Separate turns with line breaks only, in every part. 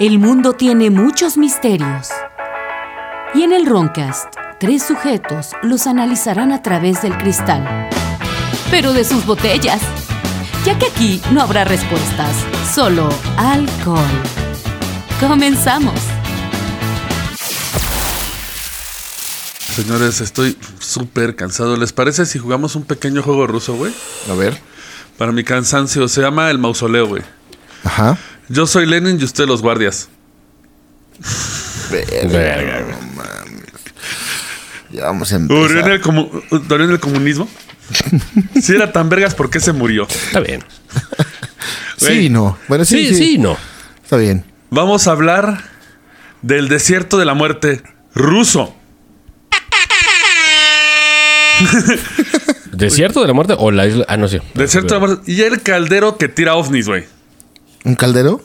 El mundo tiene muchos misterios. Y en el Roncast, tres sujetos los analizarán a través del cristal. Pero de sus botellas. Ya que aquí no habrá respuestas, solo alcohol. Comenzamos.
Señores, estoy súper cansado. ¿Les parece si jugamos un pequeño juego ruso, güey?
A ver.
Para mi cansancio, se llama el mausoleo, güey.
Ajá.
Yo soy Lenin y usted los guardias.
Verga, no mames. Ya vamos a empezar.
¿Murió en el, comu- murió en el comunismo? si era tan vergas, ¿por qué se murió?
Está bien.
Sí, no. Bueno, sí,
Sí, sí, no.
Está bien.
Vamos a hablar del desierto de la muerte ruso.
¿Desierto de la muerte o la isla? Ah, no sé.
Desierto de la muerte. Y el caldero que tira ovnis, güey.
¿Un caldero?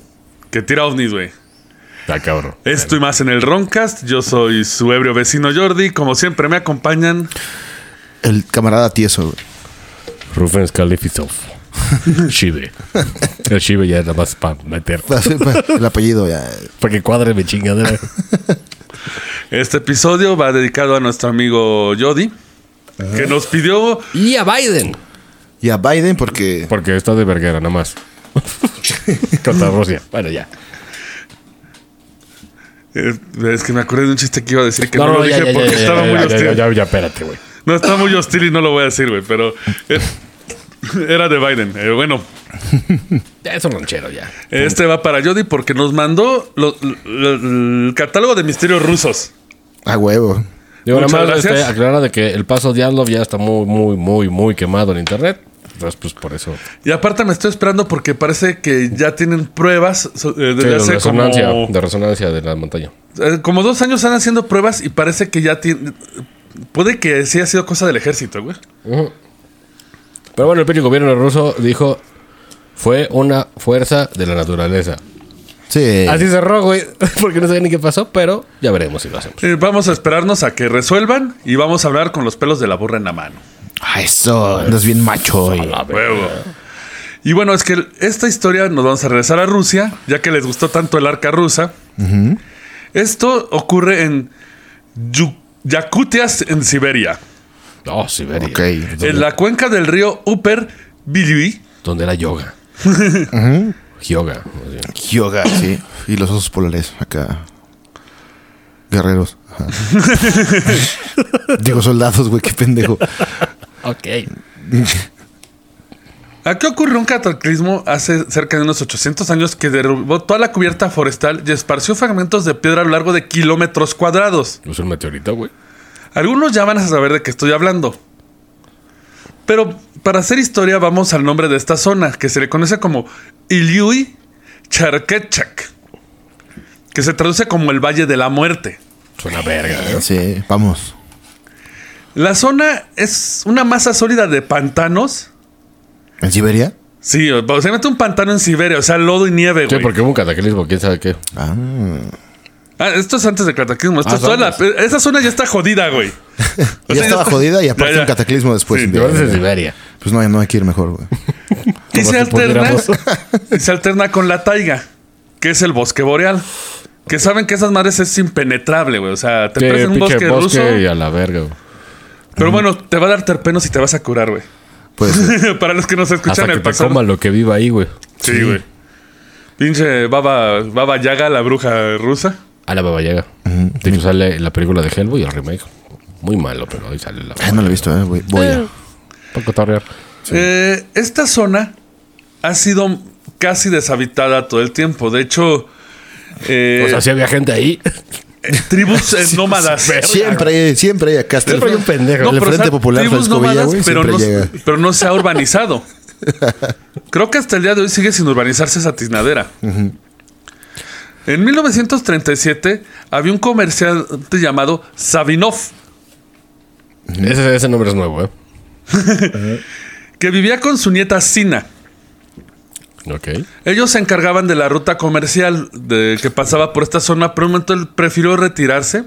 Que tira ovnis, güey.
Está Ah, cabrón.
Esto y más en el Roncast. Yo soy su ebrio vecino Jordi. Como siempre, me acompañan
El camarada tieso, güey.
Rufens Kalifisov. Shive. El Shive ya era más para meter.
Así, pa- Pues, El apellido ya.
Para que cuadre mi chingadera.
Este episodio va dedicado a nuestro amigo Jody, que nos pidió
y a Biden.
Y a Biden porque...
Porque está de verguera, nada más. Contra Rusia. Bueno, ya.
eh, es que me acordé de un chiste que iba a decir que no, lo dije porque estaba muy
ya,
hostil.
ya, ya, ya, espérate, güey.
No estaba muy hostil y no lo voy a decir, güey, pero eh, era de Biden. Eh, bueno,
Ya es un ranchero, ya.
este va para Jody porque nos mandó lo- lo- lo- el catálogo de misterios rusos.
A huevo.
Digo,
Muchas
nada más
gracias.
este, aclara de que el paso de Adlov ya está muy, muy, muy, muy quemado en internet. Entonces, pues por eso.
Y aparte me estoy esperando porque parece que ya tienen pruebas so- eh,
Sí,
desde
de
hace
resonancia,
como,
de resonancia de la montaña.
eh, como dos años están haciendo pruebas y parece que ya tienen... Puede que sí ha sido cosa del ejército, güey.
Pero bueno, el propio gobierno ruso dijo fue una fuerza de la naturaleza.
Sí.
Así cerró, güey, porque no sabía ni qué pasó, pero ya veremos si lo hacemos.
Eh, vamos a esperarnos a que resuelvan y vamos a hablar con los pelos de la burra en la mano.
Ah, eso. Andas bien macho, güey.
Huevo. Y bueno, es que esta historia nos vamos a regresar a Rusia, ya que les gustó tanto el arca rusa. Esto ocurre en Yu- Yakutia, en Siberia,
No, Siberia.
Ok.
en la cuenca del río Upper Bilui.
Donde era yoga. yoga. más bien.
Yoga, sí. Y los osos polares acá. Guerreros. Ajá. Digo soldados, güey. Qué pendejo.
Ok.
Aquí ocurrió un cataclismo hace cerca de unos 800 años que derrubó toda la cubierta forestal y esparció fragmentos de piedra a lo largo de kilómetros cuadrados.
Es un meteorito, güey.
Algunos ya van a saber de qué estoy hablando. Pero para hacer historia vamos al nombre de esta zona, que se le conoce como Iliui Charkechak, que se traduce como el Valle de la Muerte.
Suena verga. ¿eh?
Sí. Vamos.
La zona es una masa sólida de pantanos.
¿En Siberia?
Sí, o o sea, mete un pantano en Siberia, o sea, lodo y nieve,
Sí,
güey.
porque hubo un cataclismo, quién sabe qué.
Ah.
Ah, esto es antes del cataclismo. Esto
Ah,
es toda la-
antes.
esa zona ya está jodida, güey.
Ya
O sea,
estaba
está-
jodida y aparte
Ya, ya.
un cataclismo después.
Sí,
Bien,
Te vas de
bien.
Siberia.
Pues no, no hay que ir mejor, güey.
Y
Como
se,
si
alterna,
pudiéramos.
y se alterna con la taiga, que es el bosque boreal. Que saben que esas madres es impenetrable, güey. O sea, te
Qué
prestan un bosque,
pinche
ruso.
bosque y a la verga, güey.
Pero bueno, te va a dar terpenos y te vas a curar, güey.
Pues
Para los que nos
Hasta
escuchan en
que
el
te
pasado.
coma lo que viva ahí, güey.
Sí, güey. Pinche baba, baba Yaga, la bruja rusa.
A la Baba Yaga. De hecho, sale en la película de Hellboy, el remake. Muy malo, pero ahí sale la.
Ay, no lo he visto, eh, güey. Voy a.
Para cotorrear.
Eh, esta zona ha sido casi deshabitada todo el tiempo. De hecho, eh,
O sea, si había gente ahí.
tribus eh, nómadas.
Siempre, siempre hay acá. Hasta
Siempre hay un pendejo.
pero,
El
o
Frente
sea,
Popular
tribus
Francisco Villa,
nómadas,
güey,
pero,
siempre
no,
llega.
pero no se ha urbanizado. Creo que hasta el día de hoy sigue sin urbanizarse esa tiznadera. En 1937 había un comerciante llamado Sabinov
Ese, ese nombre es nuevo, ¿eh?
que vivía con su nieta Sina.
Ok.
Ellos se encargaban de la ruta comercial de- que pasaba por esta zona, pero un momento él prefirió retirarse.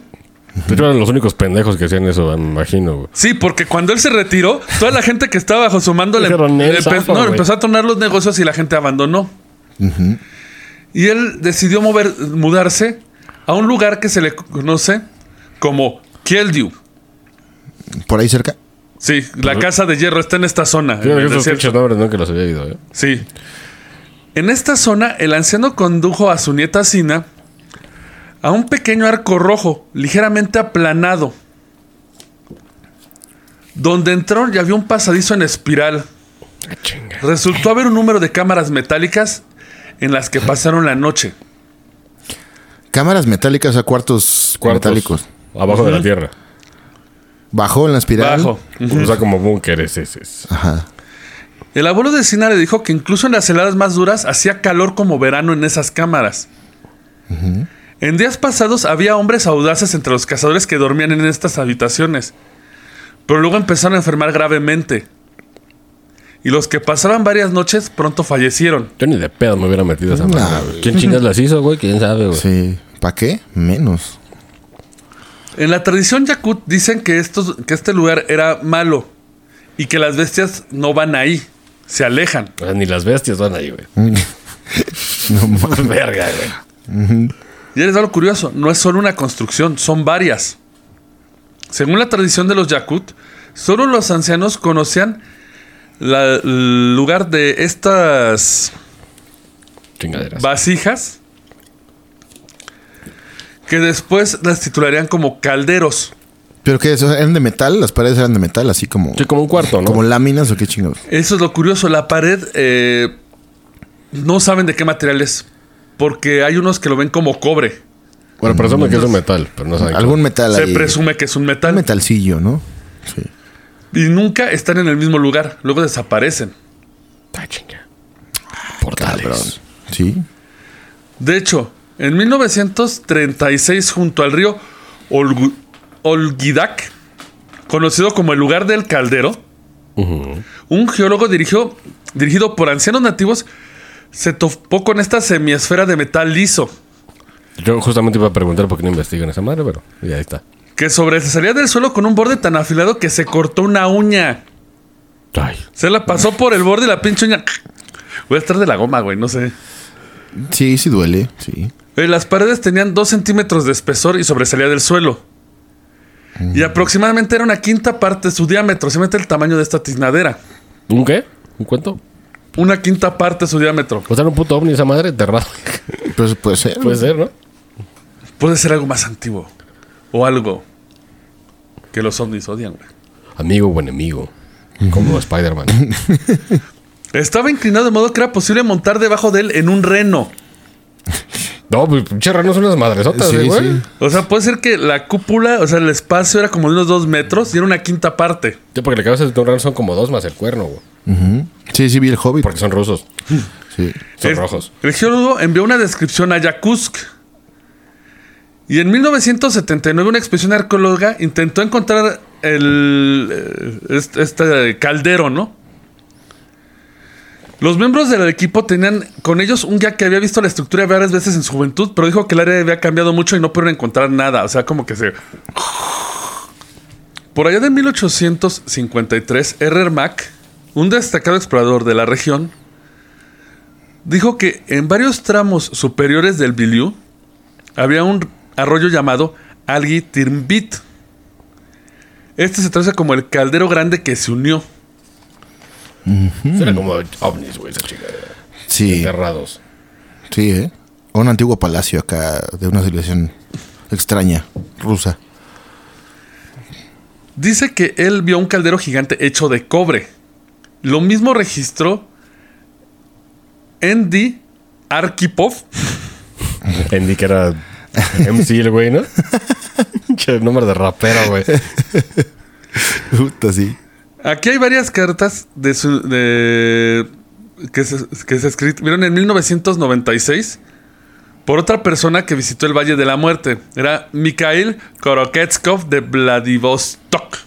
Pero eran los únicos pendejos que hacían eso, me imagino, güey.
Sí, porque cuando él se retiró, toda la gente que estaba bajo su mando le,
Dijeron, "Él
le empe-
zafa,
no,
güey".
empezó a tronar los negocios y la gente abandonó. Y él decidió mover- mudarse a un lugar que se le conoce como Kieldiu.
Por ahí cerca.
Sí, la casa de hierro está en esta zona. en
Yo
el
creo que esos
desierto.
pinches nombres nunca los había oído, ¿eh?
Sí. En esta zona, el anciano condujo a su nieta Sina a un pequeño arco rojo, ligeramente aplanado, donde entraron y había un pasadizo en espiral.
Ah, chinga.
Resultó haber un número de cámaras metálicas en las que pasaron la noche.
Cámaras metálicas a cuartos,
Cuartos.
metálicos.
Abajo de la tierra.
Bajó en la espiral.
Bajo.
O sea, como búnkeres. Es, es.
Ajá.
El abuelo de Sina le dijo que incluso en las heladas más duras hacía calor como verano en esas cámaras. En días pasados había hombres audaces entre los cazadores que dormían en estas habitaciones, pero luego empezaron a enfermar gravemente. Y los que pasaban varias noches pronto fallecieron.
Yo ni de pedo me hubiera metido esa
Nah,
madre, güey. ¿Quién chingas las hizo, güey? ¿Quién sabe, güey?
Sí. ¿Para qué? Menos.
En la tradición yakut dicen que, estos- que este lugar era malo y que las bestias no van ahí, se alejan.
O sea, ni las bestias van ahí, güey.
No mames.
Verga, güey.
Y les da lo curioso, no es solo una construcción, son varias. Según la tradición de los Yakut, solo los ancianos conocían la- el lugar de estas
Chingaderas.
vasijas que después las titularían como calderos.
¿Pero qué? es? O sea, ¿Eran de metal? Las paredes eran de metal, así como...
Sí, como un cuarto, ¿no?
Como láminas o qué chingados.
Eso es lo curioso, la pared eh, no saben de qué material es, porque hay unos que lo ven como cobre.
Bueno, presume que es un metal, pero Mm, no saben.
Algún metal
Se
ahí.
presume que es un
Un
metal.
metalcillo, ¿no? Sí.
Y nunca están en el mismo lugar, luego desaparecen.
Ah, chinga. Portales.
Sí.
De hecho, en 1936, junto al río Olgu- Olgidak, conocido como el lugar del caldero, un geólogo dirigió, dirigido por ancianos nativos se topó con esta semiesfera de metal liso
Yo justamente iba a preguntar por qué no investigan esa madre, pero ya está.
que sobresalía del suelo con un borde tan afilado que se cortó una uña.
Ay.
Se la pasó por el borde y la pinche uña. Voy a estar de la goma, güey, no sé.
Sí, sí duele. Sí.
Eh, Las paredes tenían dos centímetros de espesor y sobresalía del suelo. Y aproximadamente era una quinta parte de su diámetro, se mete el tamaño de esta tiznadera.
¿Un qué? ¿Un cuento?
Una quinta parte de su diámetro.
O sea, un puto ovni esa madre enterrado.
Pues puede ser.
Puede ser, ¿no?
Puede ser algo más antiguo. O algo que los ovnis odian, güey.
Amigo o enemigo. Como Spider-Man.
Estaba inclinado de modo que era posible montar debajo de él en un reno.
No, pues pinche ranos son unas madresotas,
Sí,
eh, güey.
sí.
O sea, puede ser que la cúpula, o sea, el espacio era como de unos dos metros y era una quinta parte.
Sí, porque la cabeza de un rano son como dos más el cuerno, güey.
Ujú. Sí, sí, vi el hobbit.
Porque son rusos.
Sí.
Son
El-
rojos.
El geólogo envió una descripción a Yakutsk. Y en 1979 una expedición arqueóloga intentó encontrar el, eh, este, este caldero, ¿no? Los miembros del equipo tenían con ellos un guía que había visto la estructura varias veces en su juventud, pero dijo que el área había cambiado mucho y no pudieron encontrar nada. O sea, como que se... Por allá de 1853, R. Mack, un destacado explorador de la región, dijo que en varios tramos superiores del Biliú había un arroyo llamado Algi Tirmbit. Este se traduce como el caldero grande que se unió.
Será como ovnis, güey, esa chica.
Sí.
Enterrados.
Sí, ¿eh? O Un antiguo palacio acá de una civilización extraña, rusa.
Dice que él vio un caldero gigante hecho de cobre. Lo mismo registró Andy Arkipov.
Andy que era MC el güey, ¿no? Che, nombre de rapero, güey.
Puta, sí.
Aquí hay varias cartas de su- de- que se, que se escribieron en 1996 por otra persona que visitó el Valle de la Muerte. Era Mikhail Koroketskov de Vladivostok.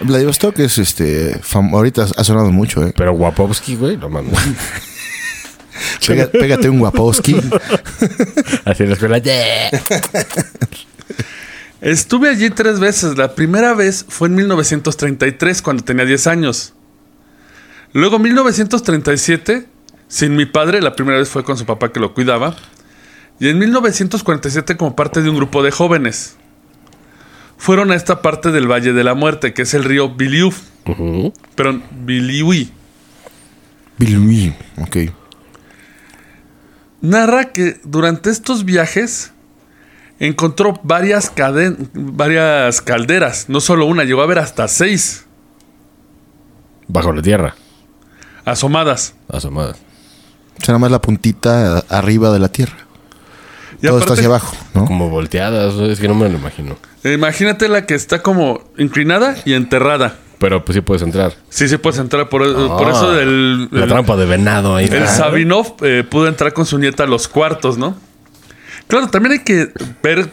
Vladivostok es este. fam- Ahorita ha sonado mucho, ¿eh?
Pero Wapovsky, güey, no mames.
Pega- pégate un Wapowski.
Así en la escuela.
Estuve allí tres veces. La primera vez fue en 1933, cuando tenía 10 años. Luego, 1937, Sin mi padre, la primera vez fue con su papá que lo cuidaba. Y en 1947 como parte de un grupo de jóvenes. Fueron a esta parte del Valle de la Muerte, que es el río Biliuf. Perdón, Biliwi.
Bilui, ok.
Narra que durante estos viajes encontró varias, caden- varias calderas. No solo una, llegó a ver hasta seis
Bajo la tierra.
asomadas.
Asomadas.
O sea, nada más la puntita a- arriba de la tierra.
Y
Todo
aparte-
está hacia abajo, ¿no?
Como volteadas, es que no me lo imagino.
Imagínate la que está como inclinada y enterrada.
Pero pues sí puedes entrar.
Sí, sí puedes entrar. Por, eh, por
Ah,
eso del,
La
el-
trampa Ah. de venado ahí.
el Sabinov eh, pudo entrar con su nieta a los cuartos, ¿no? Claro, también hay que ver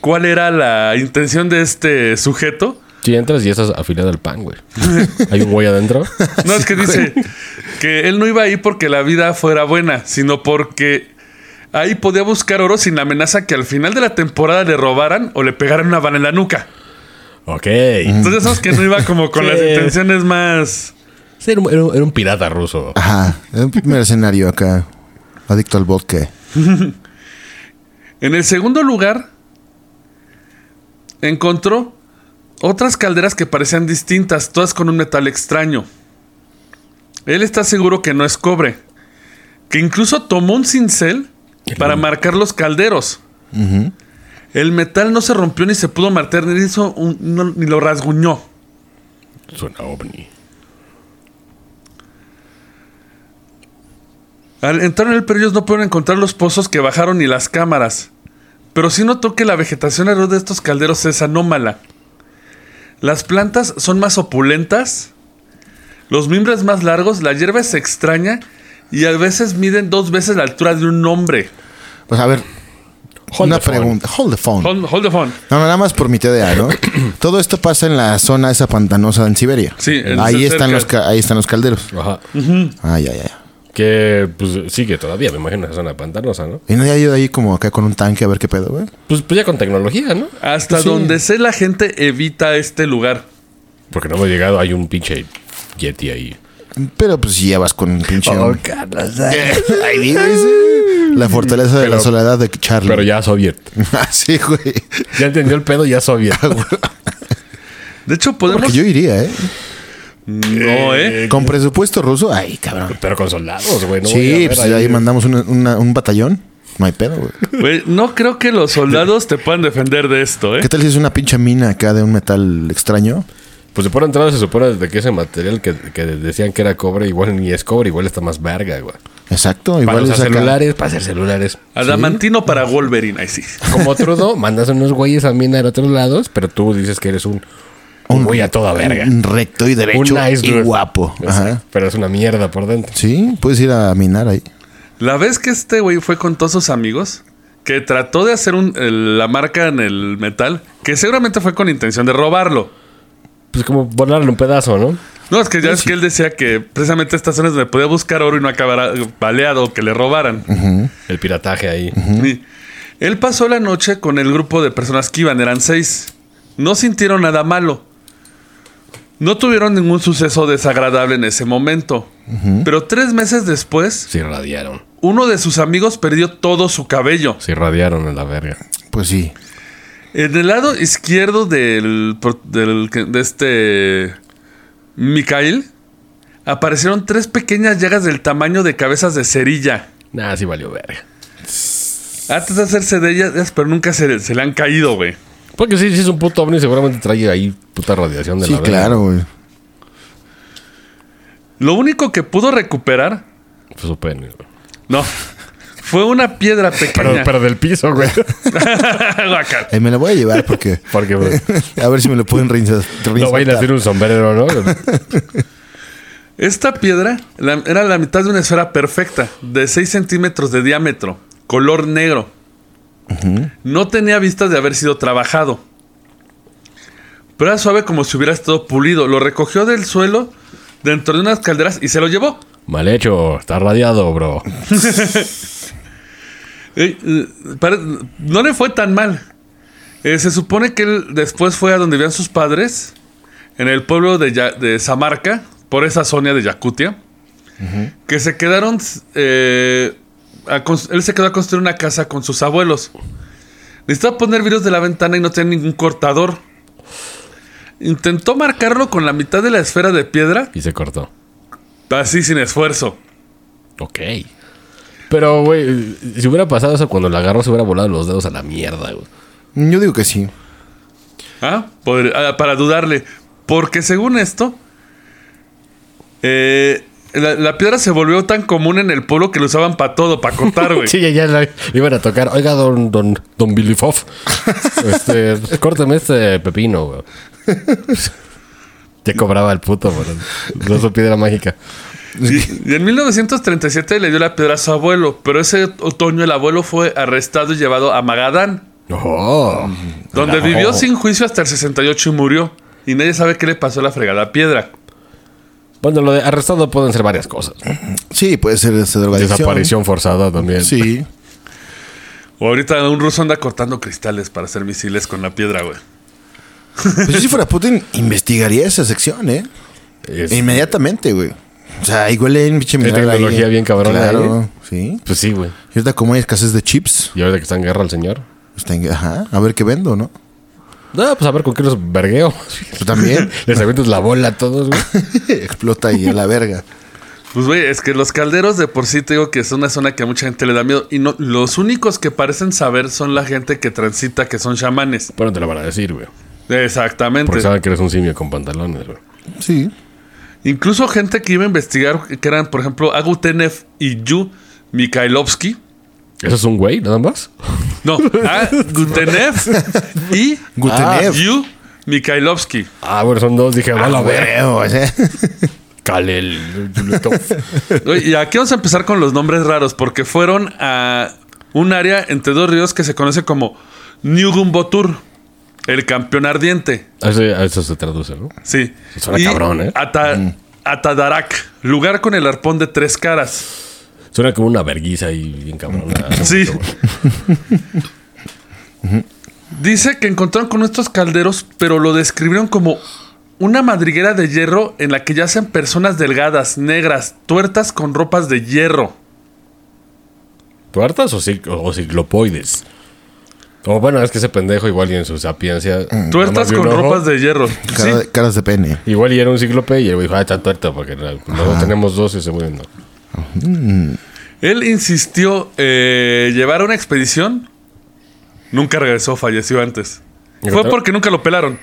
cuál era la intención de este sujeto.
Si entras y estás afiliado al pan, güey. Hay un güey adentro.
No, es que dice que él no iba ahí porque la vida fuera buena, sino porque ahí podía buscar oro sin la amenaza que al final de la temporada le robaran o le pegaran una bala en la nuca.
Ok.
Entonces sabes que no iba como con las
Sí.
intenciones más...
Sí, Era un, era un- era un pirata ruso.
Ajá. Era un mercenario acá. Adicto al vodka.
En el segundo lugar, encontró otras calderas que parecían distintas, todas con un metal extraño. Él está seguro que no es cobre, que incluso tomó un cincel para marcar los calderos. El metal no se rompió ni se pudo marcar, ni, hizo un- no- ni lo rasguñó.
Suena ovni.
Al entrar en el pero ellos no pueden encontrar los pozos que bajaron ni las cámaras. Pero sí notó que la vegetación alrededor de estos calderos es anómala. Las plantas son más opulentas, los mimbres más largos, la hierba es extraña y a veces miden dos veces la altura de un hombre.
Pues a ver,
Hold
una
the phone.
pregunta. Hold the phone.
Hold, hold the phone.
No, no, nada más por mi TDA, ¿no? Todo esto pasa en la zona esa pantanosa en Siberia.
Sí, en-
ahí
se acerca.
están los ca- ahí están los calderos.
Ajá.
Ay, ay, ay.
Que pues sigue todavía, me imagino esa zona pantanosa, ¿no?
Y nadie ha ido ahí como acá con un tanque a ver qué pedo, güey.
Pues, pues ya con tecnología, ¿no?
Hasta
Sí.
donde sé la gente evita este lugar.
Porque no hemos llegado, hay un pinche Yeti ahí.
Pero pues si ya vas con un pinche.
Carlos.
Ahí dice. La fortaleza de la
Pero-
soledad de Charlie.
Pero ya soviet.
Así, güey.
Ya entendió el pedo, ya soviet.
De hecho, podemos...
Porque yo iría, ¿eh?
No, ¿eh?
Con presupuesto ruso, ay, cabrón.
Pero con soldados, güey. no voy a
sí,
ver
pues ahí, mandamos una- una- un batallón. No hay pedo, güey.
Güey, no creo que los soldados te puedan defender de esto, ¿eh?
¿Qué tal si es una pinche mina acá de un metal extraño?
Pues de por entrada se supone de que ese material que, que decían que era cobre, igual ni es cobre, igual está más verga, güey.
Exacto,
Para
igual
los
es acá.
celulares, para hacer celulares.
Adamantino para Wolverine, ahí sí.
Como Trudeau, mandas a unos güeyes a minar a otros lados, pero tú dices que eres un, un güey a toda verga.
Un Recto y derecho
Un nice
y
dude.
guapo. Ajá.
Exacto, Pero es una mierda por dentro.
Sí, puedes ir a minar ahí.
La vez que este güey fue con todos sus amigos, que trató de hacer un- el- la marca en el metal, que seguramente fue con intención de robarlo.
Pues como volarle un pedazo, ¿no?
No, es que ya es que él decía que precisamente estas zonas donde podía buscar oro y no acabar baleado o que le robaran.
El pirataje ahí.
Y él pasó la noche con el grupo de personas que iban, eran seis. No sintieron nada malo. No tuvieron ningún suceso desagradable en ese momento. Pero tres meses después,
Se irradiaron.
uno de sus amigos perdió todo su cabello.
Se irradiaron en la verga.
Pues sí.
En el lado izquierdo del, pro- del que- de este Mikhail aparecieron tres pequeñas llagas del tamaño de cabezas de cerilla.
Nah, sí valió verga.
Antes de hacerse de ellas, pero nunca se, se le han caído, güey.
Porque sí, sí es un puto ovni, seguramente trae ahí puta radiación de
Sí,
la verga.
claro, güey.
Lo único que pudo recuperar,
Pues su pene, güey.
no, fue una piedra
Pero,
pequeña.
pero del piso, güey.
Guaca.
Ahí me la voy a llevar porque.
Porque pues,
a ver si me lo pueden reinser-
no vayan a
reinsertar.
hacer un sombrero, ¿no?
Esta piedra la- era la mitad de una esfera perfecta, de 6 centímetros de diámetro, color negro. No tenía vistas de haber sido trabajado. Pero era suave como si hubiera estado pulido. Lo recogió del suelo dentro de unas calderas y se lo llevó.
Mal hecho, está radiado, bro.
Eh, eh, pare- no le fue tan mal. Eh, se supone que él después fue a donde vivían sus padres, en el pueblo de, Ya- de Samarca, por esa zona de Yakutia. que se quedaron. eh, a cons- él se quedó a construir una casa con sus abuelos. Necesitaba poner virus de la ventana y no tenía ningún cortador. Intentó marcarlo con la mitad de la esfera de piedra,
Y se cortó.
así sin esfuerzo.
Ok. Pero, güey, si hubiera pasado eso cuando la agarró, se hubiera volado los dedos a la mierda, güey.
Yo digo que sí.
¿Ah? Podr- ah, para dudarle. Porque según esto, eh, la, la piedra se volvió tan común en el pueblo que lo usaban para todo, para cortar, güey.
Sí, ya, ya la iban a tocar. Oiga, don, don, don Billy Foff. este, córtame este pepino, güey. Te cobraba el puto, güey. No su piedra mágica.
Y, y en 1937 le dio la piedra a su abuelo, pero ese otoño el abuelo fue arrestado y llevado a Magadán,
Oh.
donde
No.
vivió sin juicio hasta el 68 y murió. Y nadie sabe qué le pasó a la fregada piedra.
Bueno, lo de arrestado pueden ser varias cosas.
Sí, puede ser esa drogadicción.
Desaparición forzada también.
Sí.
O ahorita un ruso anda cortando cristales para hacer misiles con la piedra, güey.
Pues yo si fuera Putin, investigaría esa sección, ¿eh?
Es-
Inmediatamente, güey. O sea, ahí huele un pinche mineral ahí.
tecnología bien cabrona,
Claro, sí.
Pues sí, güey.
Y ahorita como hay escasez de chips,
Y ahora que está en guerra el señor.
está en- ajá, a ver qué vendo, ¿no?
No, pues a ver con qué los vergueo.
Pues también
Les avientas la bola a todos, güey.
explota ahí a la verga.
Pues güey, es que los calderos de por sí te digo que es una zona que a mucha gente le da miedo. Y no, los únicos que parecen saber son la gente que transita, que son chamanes.
Pero no te lo van a decir, güey.
Exactamente.
Porque saben que eres un simio con pantalones, güey.
Sí.
Incluso gente que iba a investigar, que eran, por ejemplo, Agutenev y Yu Mikhailovsky.
¿Eso es un güey, nada más?
No, Agutenev y
Gutenev.
Yu Mikhailovsky.
Ah, bueno, son dos. Dije,
A
vale,
la
güey.
verga, o sea.
Kalel.
Oye, Y aquí vamos a empezar con los nombres raros, porque fueron a un área entre dos ríos que se conoce como Nugumbotur, el campeón ardiente.
Eso, a eso se traduce, ¿no?
Sí.
Suena cabrón, ¿eh?
Ata- Atadarak, lugar con el arpón de tres caras.
Suena como una verguiza ahí bien cabrona.
Sí. Dice que encontraron con estos calderos, pero lo describieron como una madriguera de hierro en la que yacen personas delgadas, negras, tuertas con ropas de hierro.
¿Tuertas o, cir- o ciclopoides? O bueno, es que ese pendejo igual y en su
Mm,
sapiencia...
Tuertas con ropas de hierro.
Cara-
Sí.
Caras de pene.
Igual y era un ciclope y el güey dijo, ah, está tuerta porque no- luego tenemos dos y se mueren. ¿no?
Él insistió eh, llevar una expedición. Nunca regresó, falleció antes. Fue
Encontraron-
porque nunca lo pelaron.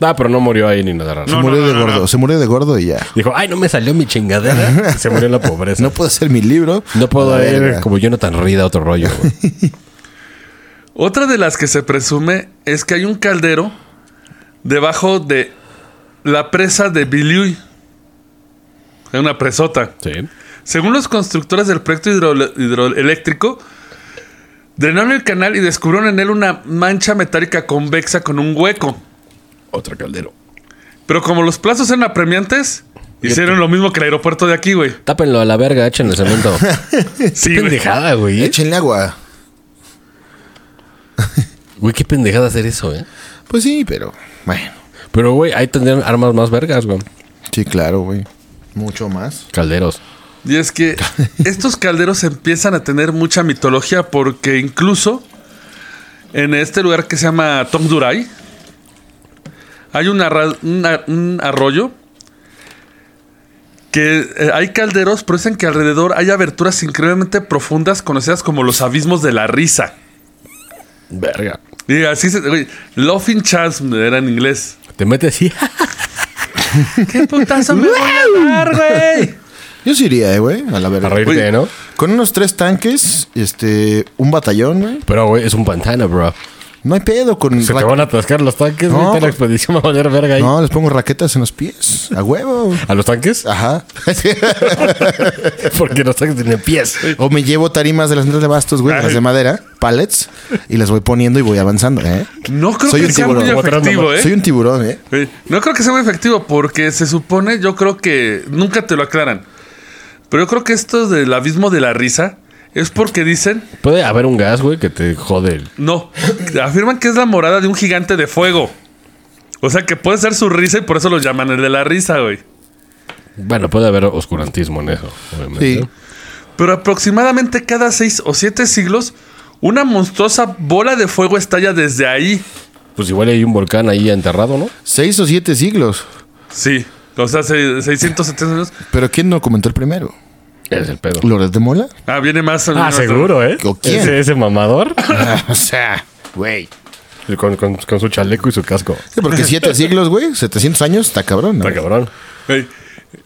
Ah, pero no murió ahí ni nada raro.
Se murió de gordo, se murió de gordo y ya.
Dijo, ay, no me salió mi chingadera. Se murió en la pobreza.
No
No,
puedo hacer mi libro. A
puedo
la
ir
verga.
como Jonathan Rida a otro rollo. güey.
Otra de las que se presume es que hay un caldero debajo de la presa de Biliuy. Es una presota.
Sí.
Según los constructores del proyecto hidro- hidroeléctrico, drenaron el canal y descubrieron en él una mancha metálica convexa con un hueco.
Otro caldero.
Pero como los plazos eran apremiantes, hicieron lo mismo que el aeropuerto de aquí, güey.
Tápenlo a la verga, échenle cemento.
Sí,
qué
güey.
pendejada, güey.
Échenle agua.
Güey, qué pendejada hacer eso, eh.
Pues sí, pero bueno.
Pero, güey, ahí tendrían armas más vergas, güey.
Sí, claro, güey. Mucho más.
Calderos.
Y es que estos calderos empiezan a tener mucha mitología porque incluso en este lugar que se llama Tongdurai hay un, arra- un ar- un arroyo que eh, hay calderos, pero dicen que alrededor hay aberturas increíblemente profundas conocidas como los abismos de la risa.
Verga.
Y así se... oye, Laughing Chance era en inglés.
Te metes y...
¡Qué putazo me voy a dar, güey!
Yo sí iría, eh, güey, a la
A
verga.
reírte,
Güey.
¿no?
Con unos tres tanques, este, un batallón, güey.
Pero, güey, es un pantano, bro.
No hay pedo con...
Se
ra-
te van a atascar los tanques, güey.
No.
toda La expedición va a valer verga ahí.
No, les pongo raquetas en los pies. A huevo.
¿A los tanques?
Ajá.
Porque los tanques tienen pies.
o me llevo tarimas de las central de bastos, güey, las de madera, pallets, y las voy poniendo y voy avanzando, ¿eh?
No creo
Soy
que
un
sea muy
tiburón.
efectivo, ¿eh?
Soy un tiburón, ¿eh?
Eh, No creo que sea muy efectivo porque se supone, yo creo que nunca te lo aclaran. Pero yo creo que esto del abismo de la risa es porque dicen,
Puede haber un gas, güey, que te jode. el-
no, afirman que es la morada de un gigante de fuego. O sea que puede ser su risa y por eso lo llaman el de la risa, güey.
Bueno, puede haber oscurantismo en eso, obviamente.
Sí.
Pero aproximadamente cada seis o siete siglos, una monstruosa bola de fuego estalla desde ahí.
Pues igual hay un volcán ahí enterrado, ¿no?
Seis o siete siglos.
Sí, o sea, se- 670 años.
Pero ¿quién no comentó el primero?
Es el pedo.
¿Loret de Mola?
Ah, viene más.
Ah,
más-
seguro, ¿eh?
¿O quién?
Ese, ese mamador.
o sea, güey.
con, con- con su chaleco y su casco.
Sí, porque siete siglos, güey, 700 años, está cabrón, ¿no?
Está cabrón.
Ey,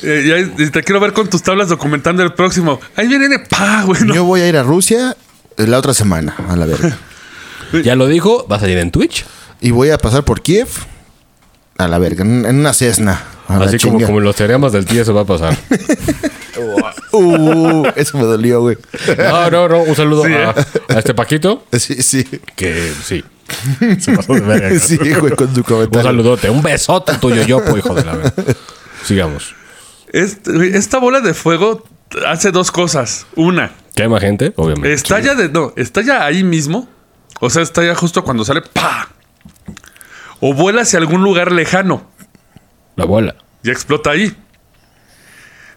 eh, y ahí- y te quiero ver con tus tablas documentando el próximo. Ahí viene, pa, güey. no.
Yo voy a ir a Rusia la otra semana, a la verga.
Ya lo dijo, va a salir en Twitch.
Y voy a pasar por Kiev, a la verga, en en una Cessna. A la
Así como,
chinga.
como los teoremas del tío se va a pasar.
Uh, eso me dolió, güey.
No, no, no. Un saludo a, a este Paquito.
Sí, sí.
Que sí. Se pasó de verga.
Sí, güey, con tu
Un
comentario.
saludote. Un besote tuyo, Yopo, hijo de la verga. Sigamos.
Este- güey, esta bola de fuego hace dos cosas. Una,
Quema gente, obviamente.
estalla de. No, estalla ahí mismo. O sea, estalla justo cuando sale, pa. O vuela hacia algún lugar lejano.
La bola.
y explota ahí.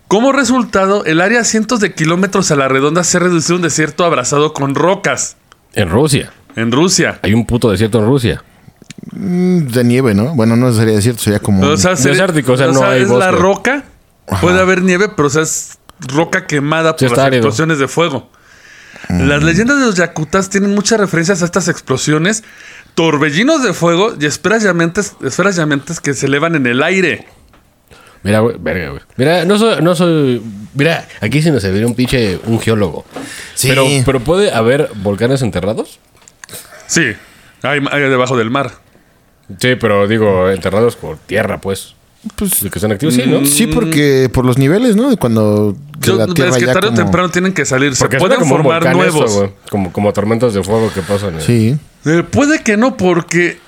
Como resultado, el área a cientos de kilómetros a la redonda se ha reducido a un desierto abrazado con rocas
En Rusia.
en Rusia.
Hay un puto desierto en Rusia.
Mm, De nieve, ¿no? Bueno, no sería desierto, sería como...
O sea, se-
Desértico, o sea, no hay
es
bosque.
la roca. Puede haber nieve, pero o sea, es roca quemada
Sí,
por
está
las
árido.
explosiones de fuego.
Mm.
Las leyendas de los yakutas tienen muchas referencias a estas explosiones, torbellinos de fuego y esferas llamantes, esferas llamantes que se elevan en el aire.
Mira, güey, verga, güey. Mira, no soy, no soy. Mira, aquí sí nos serviría un pinche un geólogo.
Sí.
Pero, pero puede haber volcanes enterrados.
Sí, hay, hay debajo del mar.
Sí, pero digo, enterrados por tierra, pues.
Pues,
De que están activos, sí, ¿no?
Mm,
Sí, porque por los niveles, ¿no? De Cuando que
Yo-
la
es
tierra
que
ya
tarde o
como-
temprano tienen que salir.
Porque
se pueden
suena como un
formar
volcán esto,
nuevos.
güey. como, como tormentas de fuego que pasan. eh.
Sí.
Eh, puede que no, porque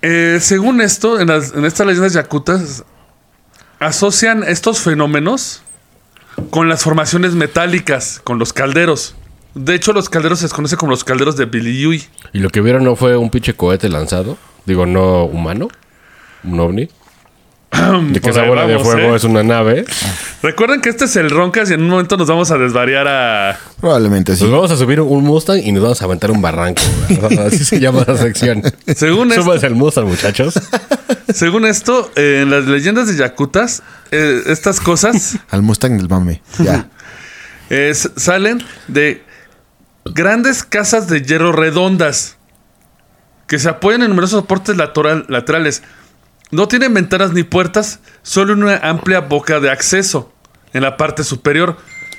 eh, según esto, en, las- en estas leyendas yakutas, asocian estos fenómenos con las formaciones metálicas, con los calderos. De hecho, los calderos se desconocen como los calderos de Biliyui.
Y lo que vieron no fue un pinche cohete lanzado. Digo, no humano. Un ovni. De que
Por
esa
ahí
bola de
vamos,
fuego
¿eh?
es una nave.
Recuerden que este es el Roncas y en un momento nos vamos a desvariar a...
Probablemente sí.
Nos vamos a subir un Mustang y nos vamos a aventar un barranco. güey. Así se llama la sección.
Según esto-
Súbanse al Mustang, muchachos.
Según esto, eh, en las leyendas de yakutas, eh, estas cosas
Al Mustang del mame. Ya.
Es- salen de grandes casas de hierro redondas que se apoyan en numerosos soportes lateral- laterales. No tienen ventanas ni puertas, solo una amplia boca de acceso en la parte superior.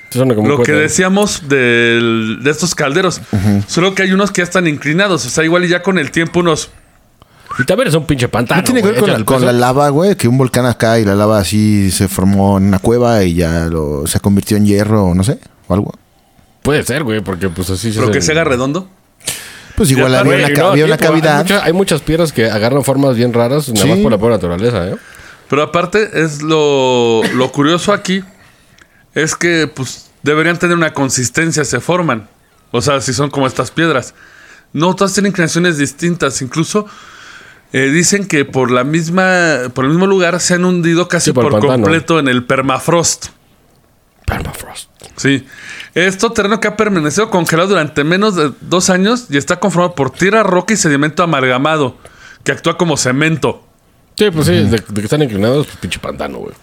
Suena como un
Lo que
cohete.
decíamos del- de estos calderos. Solo que hay unos que ya están inclinados. O sea, igual y ya con el tiempo unos...
Y también es un pinche pantano.
No tiene que ver
güey.
con,
Échale
la, con
peso.
la lava, güey, que un volcán acá y la lava así se formó en una cueva y ya lo, se convirtió en hierro, no sé, o algo.
Puede ser, güey, porque pues así se.
Lo que
hacen-
se haga redondo.
Pues igual
Ya,
había
güey,
una,
Güey,
ca-
no,
había
sí,
una
pero Hay,
cavidad.
mucha- hay muchas piedras que agarran formas bien raras, nada
Sí.
más por la pura naturaleza, ¿eh?
Pero aparte es lo, lo curioso aquí es que pues deberían tener una consistencia, se forman. O sea, si son como estas piedras. No, todas tienen inclinaciones distintas. Incluso eh, dicen que por la misma, por el mismo lugar se han hundido casi
Sí, por
por,
el pantano.
completo en el permafrost.
Permafrost.
Sí. Esto terreno que ha permanecido congelado durante menos de dos años y está conformado por tierra, roca y sedimento amalgamado, que actúa como cemento.
Sí, pues sí, de, de que están inclinados, pues pinche pantano, güey.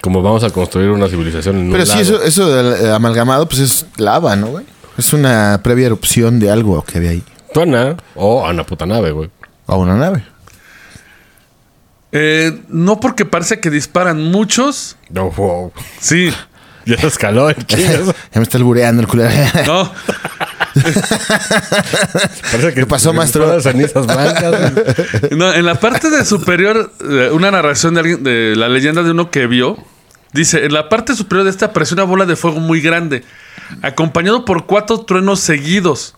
Como vamos a construir una civilización en
Pero
un
sí,
lago.
eso, eso del, eh, amalgamado, pues es lava, ¿no, güey? Es una previa erupción de algo que había ahí.
Suena, o a una puta nave, güey.
O una nave.
Eh, no porque parece que disparan muchos.
No, wow.
Sí.
Ya se escaló el chingas.
ya me está albureando el culero.
No,
Parece que
¿Qué pasó,
que
maestro?
fueron cenizas blancas. güey.
No, en la parte de superior, eh, una narración de alguien, de la leyenda de uno que vio, dice, en la parte superior de esta apareció una bola de fuego muy grande, acompañado por cuatro truenos seguidos.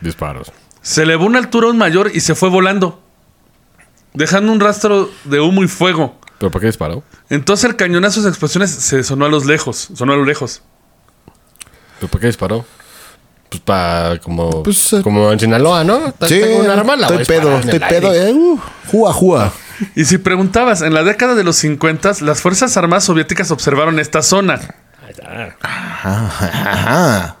Disparos.
Se elevó a una altura aún mayor y se fue volando, dejando un rastro de humo y fuego.
¿Pero para qué disparó?
Entonces el cañonazo de explosiones se sonó a los lejos, sonó a lo lejos.
¿Pero para qué disparó? Pues para como,
Pues, eh,
como en Sinaloa, ¿no?
Sí,
Tengo un arma, la voy a
estoy
disparar
pedo, eh.
en el
estoy
aire.
pedo. Eh, uh, júa, júa.
Y si preguntabas, en la década de los 50, las Fuerzas Armadas Soviéticas observaron esta zona.
Ajá.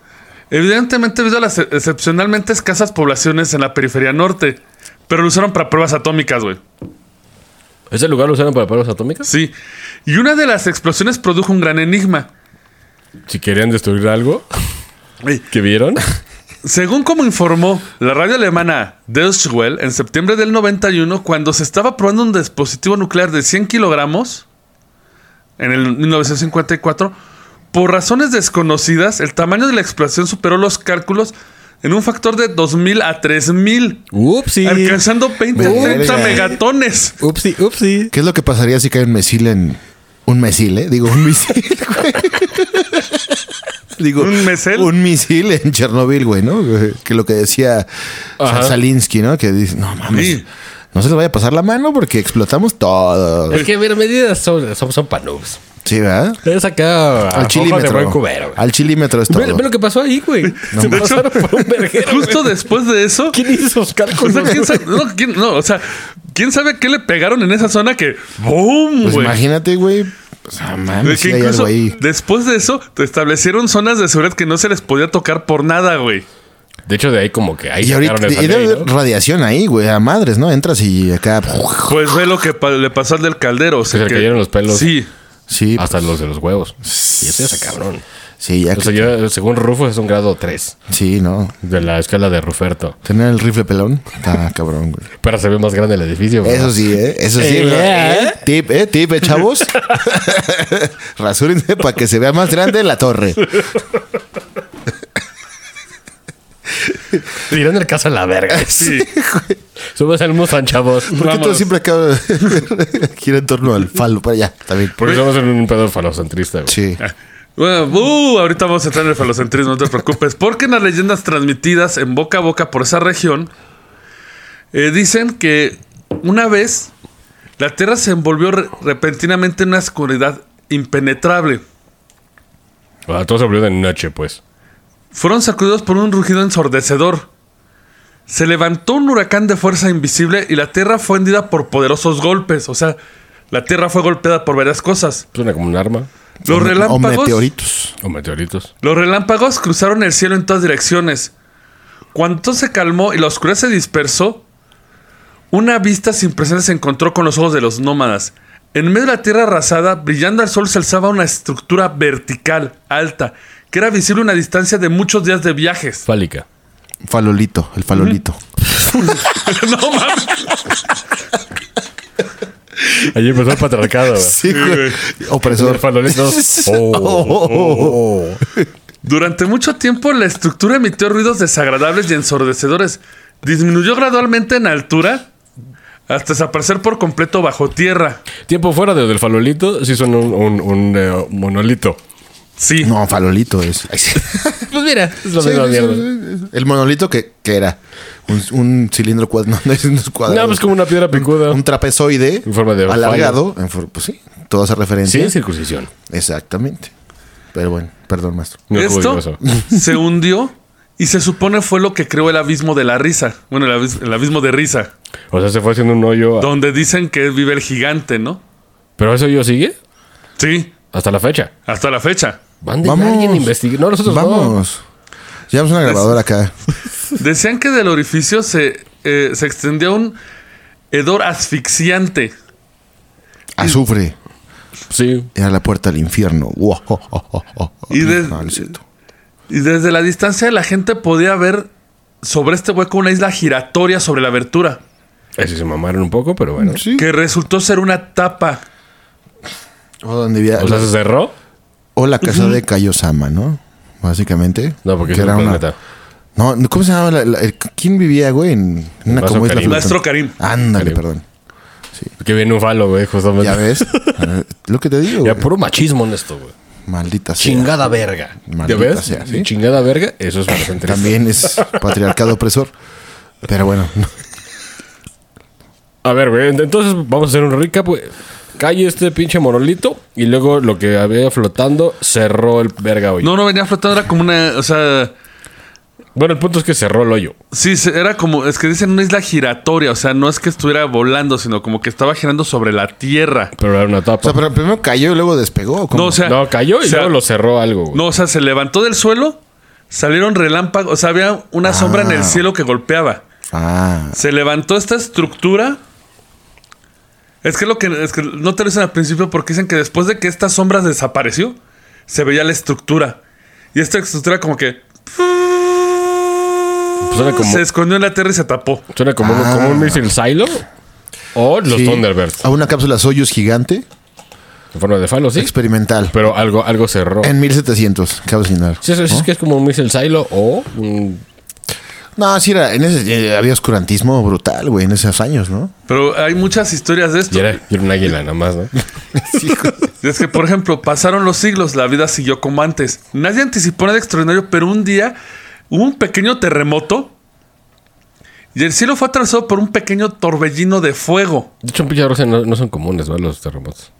Evidentemente debido a las excepcionalmente escasas poblaciones en la periferia norte. Pero lo usaron para pruebas atómicas, güey.
¿Ese lugar lo usaron para pruebas atómicas?
Sí. Y una de las explosiones produjo un gran enigma.
Si querían destruir algo
Ey,
que vieron.
Según como informó la radio alemana Deutsche Welle en septiembre del 91, cuando se estaba probando un dispositivo nuclear de 100 kilogramos, en el 1954, por razones desconocidas, el tamaño de la explosión superó los cálculos en un factor de 2.000 a 3.000,
Upsi.
alcanzando 20 a 30
Verga.
megatones.
Upsi, upsi.
¿Qué es lo que pasaría si cae un misil en. Un misil, ¿eh? Digo, un misil, güey. Digo,
¿Un mesel?
Un misil en Chernobyl, güey, ¿no? Que lo que decía
Ajá.
Salinsky, ¿no? Que dice, no mames.
Sí.
No se le vaya a pasar la mano porque explotamos todo.
Es que, mira, medidas son, son, son para noobs.
Sí, ¿verdad?
Es acá
Al
de buen
chilímetro.
cubero, güey.
Al chilímetro es todo.
Ve, ve lo que pasó ahí, güey.
De
Se
hecho,
pasaron por un verguero.
Justo
güey.
después de eso,
¿Quién hizo esos
o
cálculos?
sea, ¿quién sabe, no, quién- no, o sea, ¿quién sabe qué le pegaron en esa zona que boom,
Pues
güey?
imagínate, güey. Pues, ah,
De
mames,
que
sí hay algo
incluso
ahí.
después de eso, te establecieron zonas de seguridad que no se les podía tocar por nada, güey.
De hecho, de ahí como que ahí
Y ahorita
sacaron
y
el
debe
ley,
haber
¿no?
radiación ahí, güey, a madres, ¿no? Entras y acá.
Pues fue lo que pa- le pasó al del caldero. o sea
Que se le
que-
cayeron los pelos.
Sí.
Sí,
Hasta los de los huevos. Y eso ya está cabrón.
sí, ya.
O sea,
que-
yo, según Rufo es un grado 3
Sí, no.
de la escala de Ruferto.
Tener el rifle pelón. Está cabrón, güey.
Pero se ve más grande el edificio. güey.
Eso sí, ¿eh? Eso sí.
Eh,
¿verdad?
¿eh?
¿Eh? Tip, ¿eh? Tip, ¿eh, chavos? Rasúrense para que se vea más grande la torre.
Tirando el caso a la verga.
Sí.
Subes al Mustang, chavos.
¿Por qué todo
Vámonos.
siempre acaba gira en torno al falo? Para allá, también.
Porque somos en un pedo falocentrista, güey.
Sí.
Bueno, uh, ahorita vamos a entrar en el falocentrismo, no te preocupes. Porque en las leyendas transmitidas en boca a boca por esa región, eh, dicen que una vez la tierra se envolvió re- repentinamente en una oscuridad impenetrable.
O sea, Ah, todo se volvió de noche, pues.
Fueron sacudidos por un rugido ensordecedor. Se levantó un huracán de fuerza invisible y la tierra fue hendida por poderosos golpes. O sea, la tierra fue golpeada por varias cosas.
Suena como un arma.
Los
O
relámpagos.
meteoritos.
O meteoritos.
Los relámpagos cruzaron el cielo en todas direcciones. Cuando todo se calmó y la oscuridad se dispersó, una vista sin precedentes se encontró con los ojos de los nómadas. En medio de la tierra arrasada, brillando al sol, se alzaba una estructura vertical, alta, que era visible a una distancia de muchos días de viajes.
Fálica.
Falolito, el falolito.
no mames.
Allí empezó el patriarcado, güey.
Sí, güey.
Los
Opresor.
falolitos. Oh, oh, oh, oh.
Durante mucho tiempo la estructura emitió ruidos desagradables y ensordecedores. Disminuyó gradualmente en altura hasta desaparecer por completo bajo tierra.
Tiempo fuera de, del falolito, sí son un, un, un, eh, monolito.
Sí.
No, falolito es. Ay, sí.
Pues mira, es lo
Sí,
mismo
sí,
mierda.
sí, sí. El monolito que, que era un, un cilindro cuadrado, no, es unos cuadrados.
No, pues como una piedra picuda.
un trapezoide
En forma de
alargado, en for- pues sí, todo hace
Sí,
referencia.
es circuncisión.
Exactamente. Pero bueno, perdón, maestro.
No es como
Esto
eso.
se hundió y se supone fue lo que creó el abismo de la risa. Bueno, el abis- el abismo, de risa,
O sea, se fue haciendo un hoyo. a-
donde dicen que vive el gigante, ¿no?
Pero ese hoyo sigue
Sí,
hasta la fecha.
hasta la fecha.
Manden
Vamos.
a alguien investigue. No, nosotros no.
Vamos. Llevamos una grabadora acá.
Decían que del orificio se, eh, se extendió un hedor asfixiante.
Azufre.
Sí.
Era la puerta al infierno. Wow.
Y de-
No, no es cierto.
Y desde la distancia la gente podía ver sobre este hueco una isla giratoria sobre la abertura,
Así Eh, se mamaron un poco, pero bueno.
Sí.
que resultó ser una tapa.
O donde había-
O sea, se cerró.
o la casa de Kaiosama, ¿no? Básicamente.
No, porque
Que
es un
era una-
planeta.
No, no, ¿cómo se llamaba? la- la- el- ¿Quién vivía, güey? En en una
Vaso
como isla flotante?
Karim.
Maestro Karim.
Ándale,
Karim.
perdón.
Que viene un falo, güey, justamente.
Ya ves. Eh, Lo que te digo.
Ya
güey.
puro machismo en esto, güey.
Maldita sea.
Chingada verga. ¿Ya
Maldita
ves?
sea, ¿sí?
Chingada verga, eso es bastante
También es patriarcado opresor. Pero bueno,
A ver, güey, ent- entonces vamos a hacer un recap, güey. Cae este pinche monolito y luego lo que había flotando cerró el verga hoy.
No, no venía flotando, era como una, o sea,
Bueno, el punto es que cerró el hoyo.
Sí, se- era como, es que dicen una isla giratoria, o sea, no es que estuviera volando, sino como que estaba girando sobre la tierra.
Pero era una
O
tapa.
sea, pero primero cayó y luego despegó. ¿o cómo?
No, o sea,
no, cayó
o
y
sea,
luego lo cerró algo, güey.
No, o sea, se levantó del suelo, salieron relámpagos, o sea, había una sombra en el cielo que golpeaba.
Ah,
Se levantó esta estructura. Es que lo que es que no te lo dicen al principio porque dicen que después de que esta sombra desapareció, se veía la estructura. Y esta estructura como que uh,
Pues suena como,
se escondió en la tierra y se tapó.
suena como, un- como un missile silo o los
Ah. sí.
Thunderbirds.
A una cápsula Soyuz gigante,
En forma de falo, sí.
experimental,
Pero algo, algo cerró.
en 1700, cabe señalar.
Sí, eso- eso es que es como un missile silo o un-
No, sí, era, en ese, eh, había oscurantismo brutal, güey, en esos años, ¿no?
Pero hay muchas historias de
y
esto.
era, y era un águila nada más, ¿no?
Y es que, por ejemplo, pasaron los siglos, la vida siguió como antes. Nadie anticipó nada extraordinario, pero un día hubo un pequeño terremoto y el cielo fue atravesado por un pequeño torbellino de fuego.
De hecho, en Pinche Rusia no, no son comunes, ¿verdad? Los terremotos.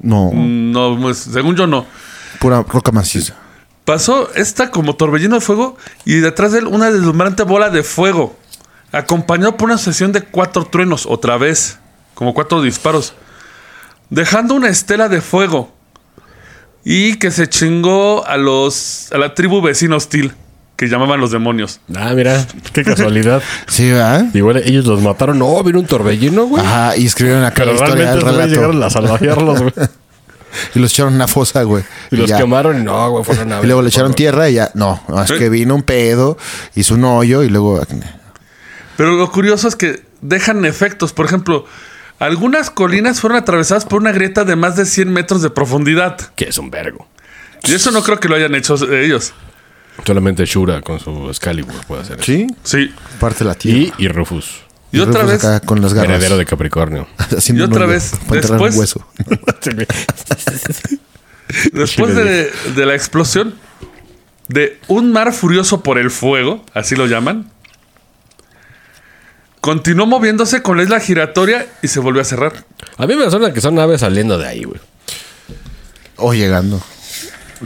No,
Mm.
No, pues, según yo no.
pura roca maciza.
Pasó esta como torbellino de fuego y detrás de él una deslumbrante bola de fuego, acompañado por una sucesión de cuatro truenos, otra vez, como cuatro disparos, dejando una estela de fuego y que se chingó a los a la tribu vecina hostil que llamaban los demonios.
Ah, mira, qué casualidad.
Sí, ¿verdad?
Igual ellos los mataron. No, vino un torbellino, güey.
Ajá, y escribieron acá Ah, la historia del relato.
a salvajearlos, güey.
Y los echaron en una fosa, güey.
Y los
ya.
quemaron y no, güey, fueron a
Y luego le echaron tierra y ya. No, no, es
Sí.
que vino un pedo, hizo un hoyo y luego.
Pero lo curioso es que dejan efectos, por ejemplo, algunas colinas fueron atravesadas por una grieta de más de 100 metros de profundidad.
Que es un vergo.
Y eso no creo que lo hayan hecho ellos.
Solamente Shura con su Excalibur puede hacer eso.
Sí,
Sí.
parte la tierra.
Y, y Rufus,
Y, otra
Rufus
vez
acá con las garras.
heredero de Capricornio.
haciendo
Y
un
otra
hoyo
vez,
para enterrar
después-
un hueso.
Después de, de la explosión de un mar furioso por el fuego, así lo llaman, continuó moviéndose con la isla giratoria y se volvió a cerrar.
A mí me suena que son naves saliendo de ahí, güey.
O Oh, llegando.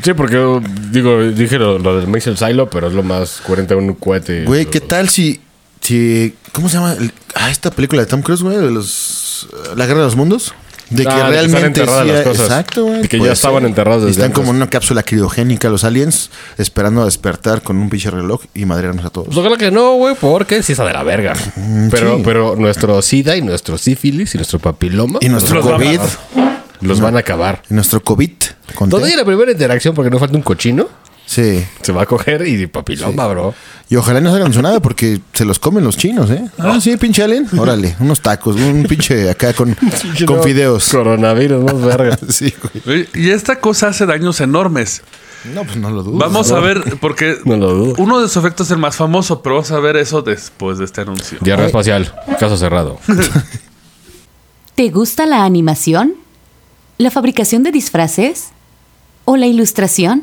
Sí, porque yo, digo, dije lo, lo del Missile Silo, pero es lo más coherente a un cohete.
Güey, ¿qué tal si. si ¿Cómo se llama? el- ah, esta película de Tom Cruise, güey, de los. La Guerra de los Mundos. De que
Ah, de que
realmente.
están enterradas
sí,
las cosas.
Exacto, güey.
De que ya
puede
estaban enterradas
Y
desde
están
antes.
como en una cápsula criogénica los aliens, esperando a despertar con un pinche reloj y madrearnos a
Pues
todos.
ojalá que no, güey, porque sí está de la verga. Pero,
Mm, sí.
pero nuestro SIDA y nuestro sífilis y nuestro papiloma
Y nuestro
Los
COVID.
los van a acabar.
Y nuestro COVID. con T.
Todavía la primera interacción, porque no falta un cochino,
Sí.
se va a coger y papiloma, bro.
Y ojalá no salgan su nada porque se los comen los chinos, ¿eh? Ah, sí, pinche alien. Órale, unos tacos, un pinche acá con, con fideos.
Coronavirus, más verga.
Sí, güey.
Eh, Y esta cosa hace daños enormes.
No, pues no lo dudo.
Vamos a ver, porque
No lo dudo.
uno de sus efectos es el más famoso, pero vamos a ver eso después de este anuncio.
Diarrea espacial, caso cerrado.
¿Te gusta la animación? ¿La fabricación de disfraces? ¿O la ilustración?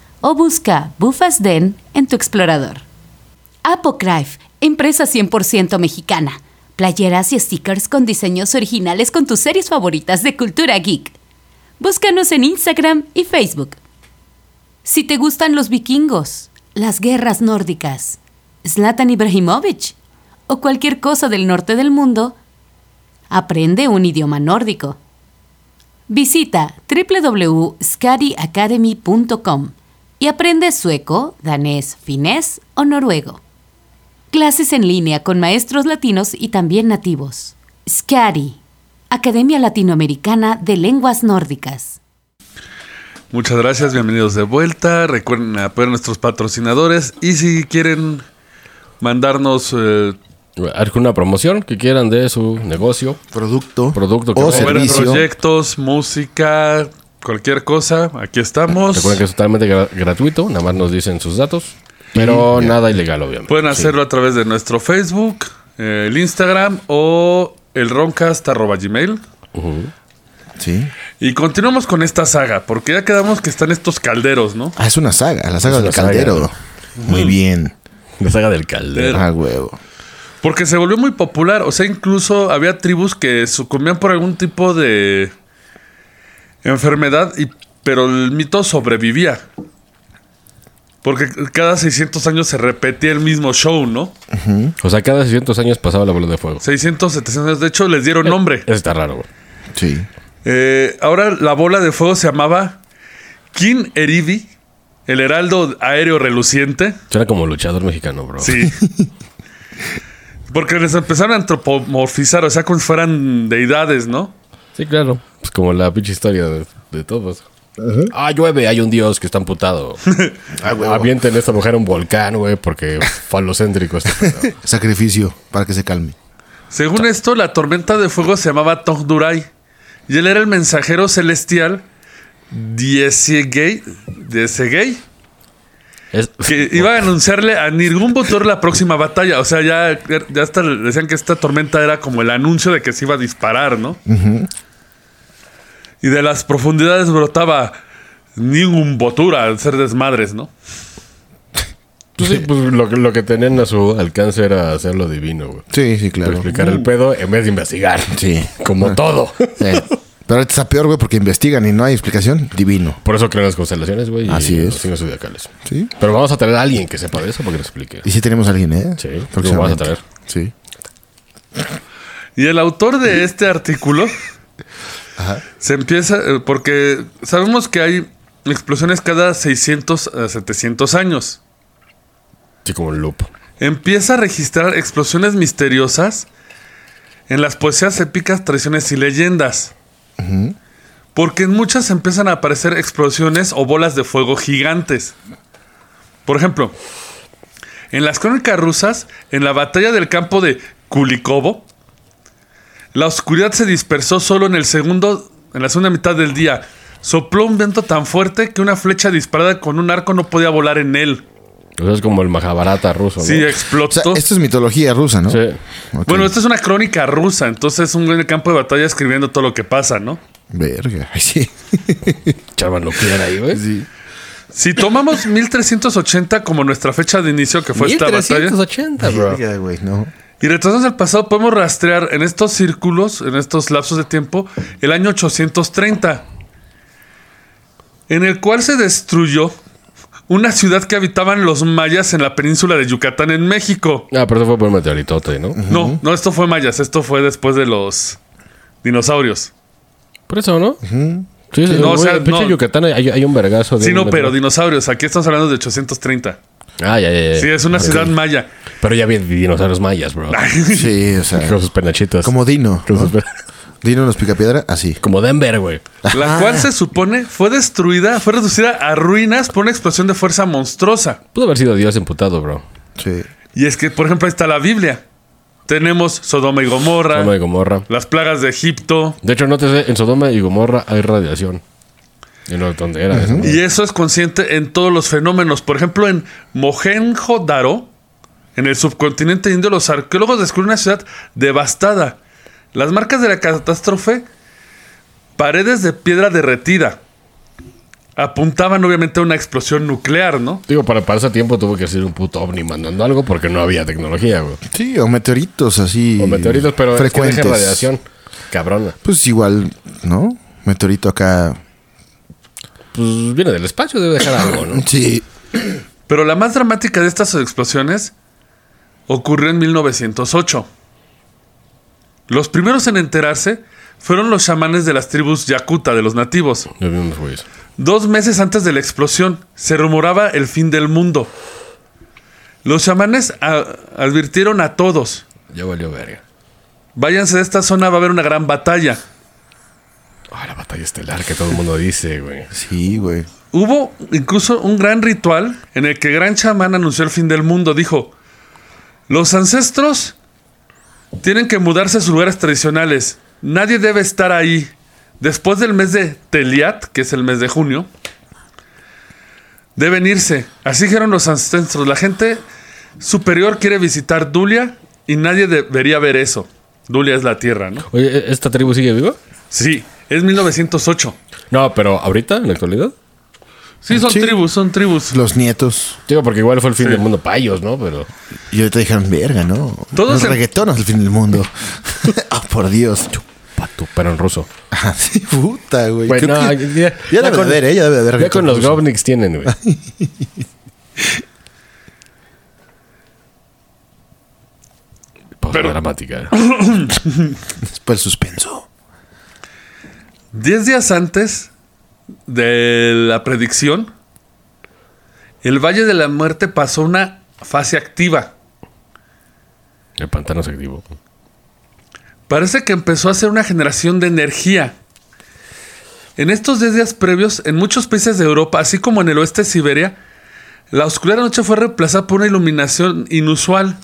o busca Bufas Den en tu explorador. Apocryph, empresa 100% mexicana. Playeras y stickers con diseños originales con tus series favoritas de cultura geek. Búscanos en Instagram y Facebook. Si te gustan los vikingos, las guerras nórdicas, Zlatan Ibrahimovic o cualquier cosa del norte del mundo, aprende un idioma nórdico. Visita www.skadiacademy.com y aprende sueco, danés, finés o noruego. Clases en línea con maestros latinos y también nativos. SCARI, Academia Latinoamericana de Lenguas Nórdicas.
Muchas gracias, bienvenidos de vuelta. Recuerden apoyar a nuestros patrocinadores y si quieren mandarnos eh,
Alguna promoción que quieran de su negocio,
Producto.
producto que
O
no-
sea-
mover
Servicio.
proyectos, música, cualquier cosa, aquí estamos.
Recuerden que es totalmente gra- gratuito, nada más nos dicen sus datos, pero nada ilegal, obviamente.
Pueden hacerlo a través de nuestro Facebook, eh, el Instagram o el roncast arroba gmail.
Sí.
Y continuamos con esta saga, porque ya quedamos que están estos calderos, ¿no?
Ah, es una saga, la saga
Es
del
una saga.
caldero. Muy bien.
La saga del caldero.
Ah, huevo.
Porque se volvió muy popular, o sea, incluso había tribus que sucumbían por algún tipo de enfermedad, y, pero el mito sobrevivía. Porque cada 600 años se repetía el mismo show, ¿no? Eh.
O sea, cada 600 años pasaba la bola de fuego.
600, 700 años, de hecho les
Eh.
dieron nombre.
Eso está raro, güey.
Sí.
Eh, ahora la bola de fuego se llamaba King Eribi, el heraldo aéreo reluciente.
Suena como luchador mexicano, bro.
Sí. Porque les empezaron a antropomorfizar, o sea, como si fueran deidades, ¿no?
Sí, claro. Pues como la pinche historia de, de todos. Ah, llueve, hay un dios que está amputado.
Ah, huevo.
Avienten a esta mujer a un volcán, güey, porque falocéntrico este pedo.
Sacrificio para que se calme.
Según esto, la tormenta de fuego se llamaba Togdurai. Y él era el mensajero celestial Diezegei, Diezegei,
Es-
que iba a anunciarle a ningún votor la próxima batalla. O sea, ya, ya hasta le decían que esta tormenta era como el anuncio de que se iba a disparar, ¿no? Y de las profundidades brotaba ningún votura al ser desmadres, ¿no?
Pues sí, pues lo, que- lo que tenían a su alcance era hacerlo divino, güey.
Sí, sí,
Para
claro. Mm.
explicar el pedo en vez de investigar.
Sí. Ah.
Como todo.
Sí. Eh, Pero ahorita está peor, güey, porque investigan y no hay explicación. Divino.
Por eso crean las constelaciones, güey. y
Así es.
Los signos zodiacales.
Sí.
Pero vamos a traer a alguien que sepa de eso para que lo explique.
Y si tenemos a alguien, ¿eh?
Sí,
Próximamente.
lo vas a traer.
Sí.
Y el autor de este artículo se empieza, eh, porque sabemos que hay explosiones cada 600 a 700 años.
Sí, como un loop.
Empieza a registrar explosiones misteriosas en las poesías épicas, tradiciones y leyendas. Porque en muchas empiezan a aparecer explosiones o bolas de fuego gigantes. Por ejemplo, en las crónicas rusas, en la batalla del campo de Kulikovo, la oscuridad se dispersó solo en el segundo, en la segunda mitad del día. Sopló un viento tan fuerte que una flecha disparada con un arco no podía volar en él.
O sea, es como el Mahabharata ruso, ¿no?
Sí,
O sea,
explotó.
esto es mitología rusa, ¿no?
Sí.
Ok.
Bueno, esta es una crónica rusa, entonces un güey en el campo de batalla escribiendo todo lo que pasa, ¿no?
Verga. Ay, sí.
Charma nuclear ahí, güey.
Sí.
Si tomamos 1380 como nuestra fecha de inicio, que fue esta batalla,
1380, bro.
Verga, güey, no.
y retrasamos el pasado, podemos rastrear en estos círculos, en estos lapsos de tiempo, el año 830, en el cual se destruyó una ciudad que habitaban los mayas en la península de Yucatán, en México.
Ah, pero eso fue por un meteoritote, ¿no?
No, no, esto fue mayas, esto fue después de los dinosaurios.
Por eso, ¿no? Sí, sí,
No,
güey,
o sea,
en pinche
no.
Yucatán hay, hay un vergazo de...
Sí, no,
un-
pero dinosaurios, aquí estamos hablando de 830.
Ah, ya, ya, ya.
Sí, es una
Ok.
ciudad maya.
Pero ya vi dinosaurios mayas, bro.
Sí, o sea.
Con sus penachitas.
Como Dino.
Con sus
¿no?
pe-
Dino nos pica piedra, así. Ah,
Como Denver, güey.
La cual se supone fue destruida, fue reducida a ruinas por una explosión de fuerza monstruosa.
Pudo haber sido Dios emputado, bro.
Sí.
Y es que, por ejemplo, ahí está la Biblia. Tenemos Sodoma y Gomorra,
Sodoma y Gomorra.
las plagas de Egipto.
De hecho, nótese, en Sodoma y Gomorra hay radiación. En lo- donde era. eso, ¿no?
Y eso es consciente en todos los fenómenos. Por ejemplo, en Mohenjo-Daro, en el subcontinente indio, los arqueólogos descubrieron una ciudad devastada. Las marcas de la catástrofe, paredes de piedra derretida, apuntaban obviamente a una explosión nuclear, ¿no?
Digo, para pasar ese tiempo tuvo que ser un puto ovni mandando algo porque no había tecnología, güey.
Sí, o meteoritos así.
O meteoritos, pero es que
frecuentes.
deja radiación. Cabrona.
Pues igual, ¿no? Meteorito acá
pues viene del espacio, debe dejar algo, ¿no?
Sí.
Pero la más dramática de estas explosiones ocurrió en 1908. Los primeros en enterarse fueron los chamanes de las tribus Yakuta, de los nativos.
Yo vi unos güeyes.
Dos meses antes de la explosión, se rumoraba el fin del mundo. Los chamanes a- advirtieron a todos,
Ya valió verga.
váyanse de esta zona, va a haber una gran batalla.
Ah, la batalla estelar que todo el mundo dice, güey.
Sí, güey.
Hubo incluso un gran ritual en el que gran chamán anunció el fin del mundo. Dijo, los ancestros tienen que mudarse a sus lugares tradicionales. Nadie debe estar ahí. Después del mes de Teliat, que es el mes de junio, deben irse. Así dijeron los ancestros. La gente superior quiere visitar Dulia y nadie debería ver eso. Dulia es la tierra, ¿no?
Oye, ¿e- ¿esta tribu sigue viva?
Sí, es 1908.
No, pero ahorita, en la actualidad.
Sí, son
Sí.
tribus, son tribus.
Los nietos.
Digo, porque igual fue el fin del mundo para ellos, ¿no? Pero.
Y ahorita dijeron, verga, ¿no?
Todos
Los
en-
reggaetonos al fin del mundo. Ah, por Dios.
Pato, pero en ruso.
Ah, sí, puta, güey.
Güey,
Creo
no,
que-
ya-
ya,
ya
debe
con-
de haber, ¿eh? Ya debe de haber
Ya con los
reggaetonos.
Govniks tienen, güey. Pausa dramática.
Después el suspenso.
Diez días antes de la predicción, el Valle de la Muerte pasó una fase activa.
El pantano se activó.
Parece que empezó a ser una generación de energía. En estos 10 días previos, en muchos países de Europa, así como en el oeste de Siberia, la oscura noche fue reemplazada por una iluminación inusual,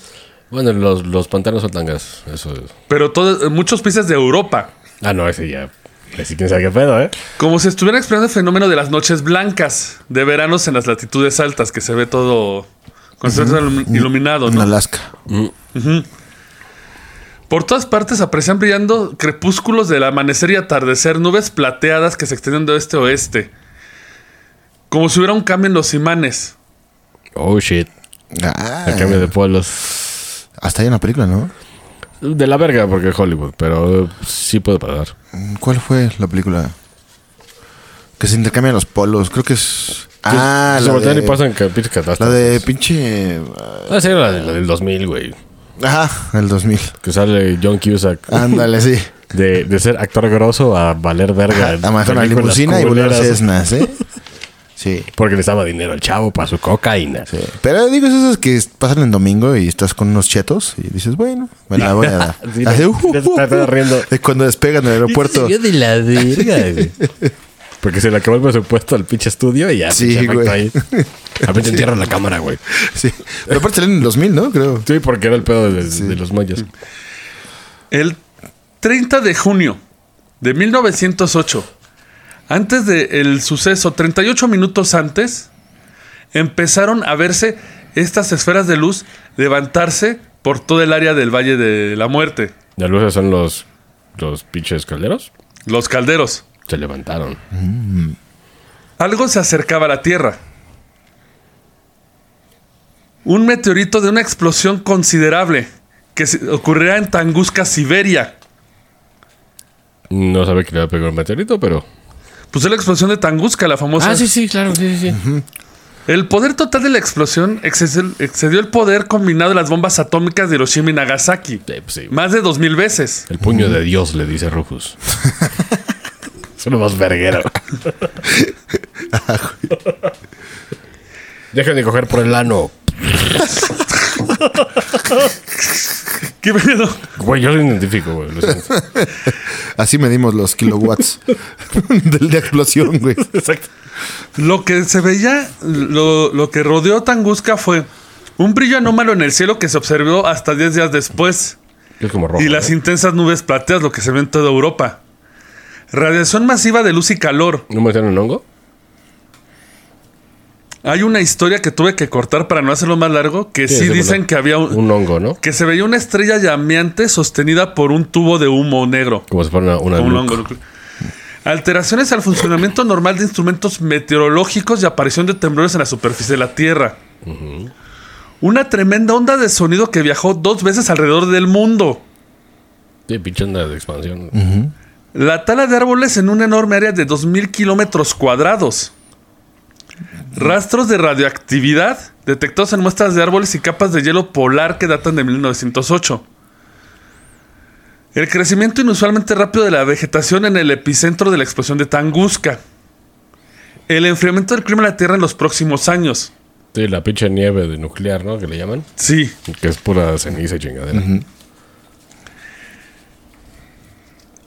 Bueno, los, los pantanos soltan gas. Eso es.
pero todo- en muchos países de Europa,
Ah, no, ese ya. Ese quién sabe qué pedo, ¿eh?
como si estuvieran experimentando el fenómeno de las noches blancas de veranos en las latitudes altas, que se ve todo con cierto ilumi- iluminado.
En
¿no?
Alaska.
Por todas partes aparecían brillando crepúsculos del amanecer y atardecer, nubes plateadas que se extendían de oeste a oeste. Como si hubiera un cambio en los imanes.
Oh, shit.
Ah,
El cambio de pueblos.
Hasta hay una película, ¿no?
De la verga, porque Hollywood, pero eh, sí puede pasar.
¿Cuál fue la película? Que se intercambian los polos. Creo que es. Ah, la
Sobre todo
de,
Pues, ni pasan que pinches
la
catástrofes.
de pinche. ah,
Ah, sí, la, de- la del 2000, güey.
Ajá, el 2000.
Que sale John Cusack.
Ándale, sí.
De, de ser actor grosso a valer verga. en
Ajá, Amajar una
películas
limusina y volar
culeras.
Cessnas, ¿eh? Sí.
Porque les daba dinero al chavo para su cocaína.
Sí. Pero digo, es esas que pasan en domingo y estás con unos chetos y dices, bueno, me la voy a dar.
Sí,
Así,
ya te estás riendo.
Es cuando despegan del aeropuerto.
de la verga, güey. Porque se le acabó el presupuesto al pinche estudio y ya.
Sí,
pinche efecto
güey.
Ahí. A ver, entierran la cámara, güey.
Sí. Pero aparte salen en el 2000, ¿no? Creo.
Sí, Mm. porque era el pedo de, de los mayas.
El 30 de junio de 1908, antes del suceso, 38 minutos antes, empezaron a verse estas esferas de luz levantarse por todo el área del Valle de la Muerte.
Las luces son los, los pinches calderos.
Los calderos.
Se levantaron.
Algo se acercaba a la Tierra. Un meteorito de una explosión considerable que se- ocurrirá en Tunguska, Siberia.
No sabe que le va a pegar un meteorito, pero.
Pues es la explosión de Tunguska, la famosa.
Ah, sí, claro, sí, sí.
El poder total de la explosión excedió excedió el poder combinado de las bombas atómicas de Hiroshima y Nagasaki.
Sí, pues sí.
Más de dos mil veces.
El puño de Dios, le dice Rufus. es lo más verguero. Ah, Dejen de coger por el ano.
¿Qué pedo?
Güey, yo lo identifico, güey. lo siento.
Así medimos los kilowatts del de explosión, güey.
Exacto.
Lo que se veía, lo, lo que rodeó Tunguska fue un brillo anómalo en el cielo que se observó hasta 10 días después.
Es como rojo.
y las
¿no?
intensas nubes plateas, lo que se ve en toda Europa. Radiación masiva de luz y calor.
¿No me metieron un hongo?
Hay una historia que tuve que cortar para no hacerlo más largo, que
Sí,
sí
de
dicen
verdad.
que había un-
Un hongo, ¿no?
que se veía una estrella llameante sostenida por un tubo de humo negro.
Como si fuera una, una
Un
look.
hongo, no creo. Alteraciones al funcionamiento normal de instrumentos meteorológicos y aparición de temblores en la superficie de la Tierra. Una tremenda onda de sonido que viajó dos veces alrededor del mundo.
Sí, pinche onda de expansión.
La tala de árboles en un enorme área de 2.000 kilómetros cuadrados. Rastros de radioactividad detectados en muestras de árboles y capas de hielo polar que datan de 1908. El crecimiento inusualmente rápido de la vegetación en el epicentro de la explosión de Tunguska. El enfriamiento del clima de la Tierra en los próximos años.
Sí, la pinche nieve de nuclear, ¿no? Que le llaman.
Sí.
Que es pura ceniza y chingadera.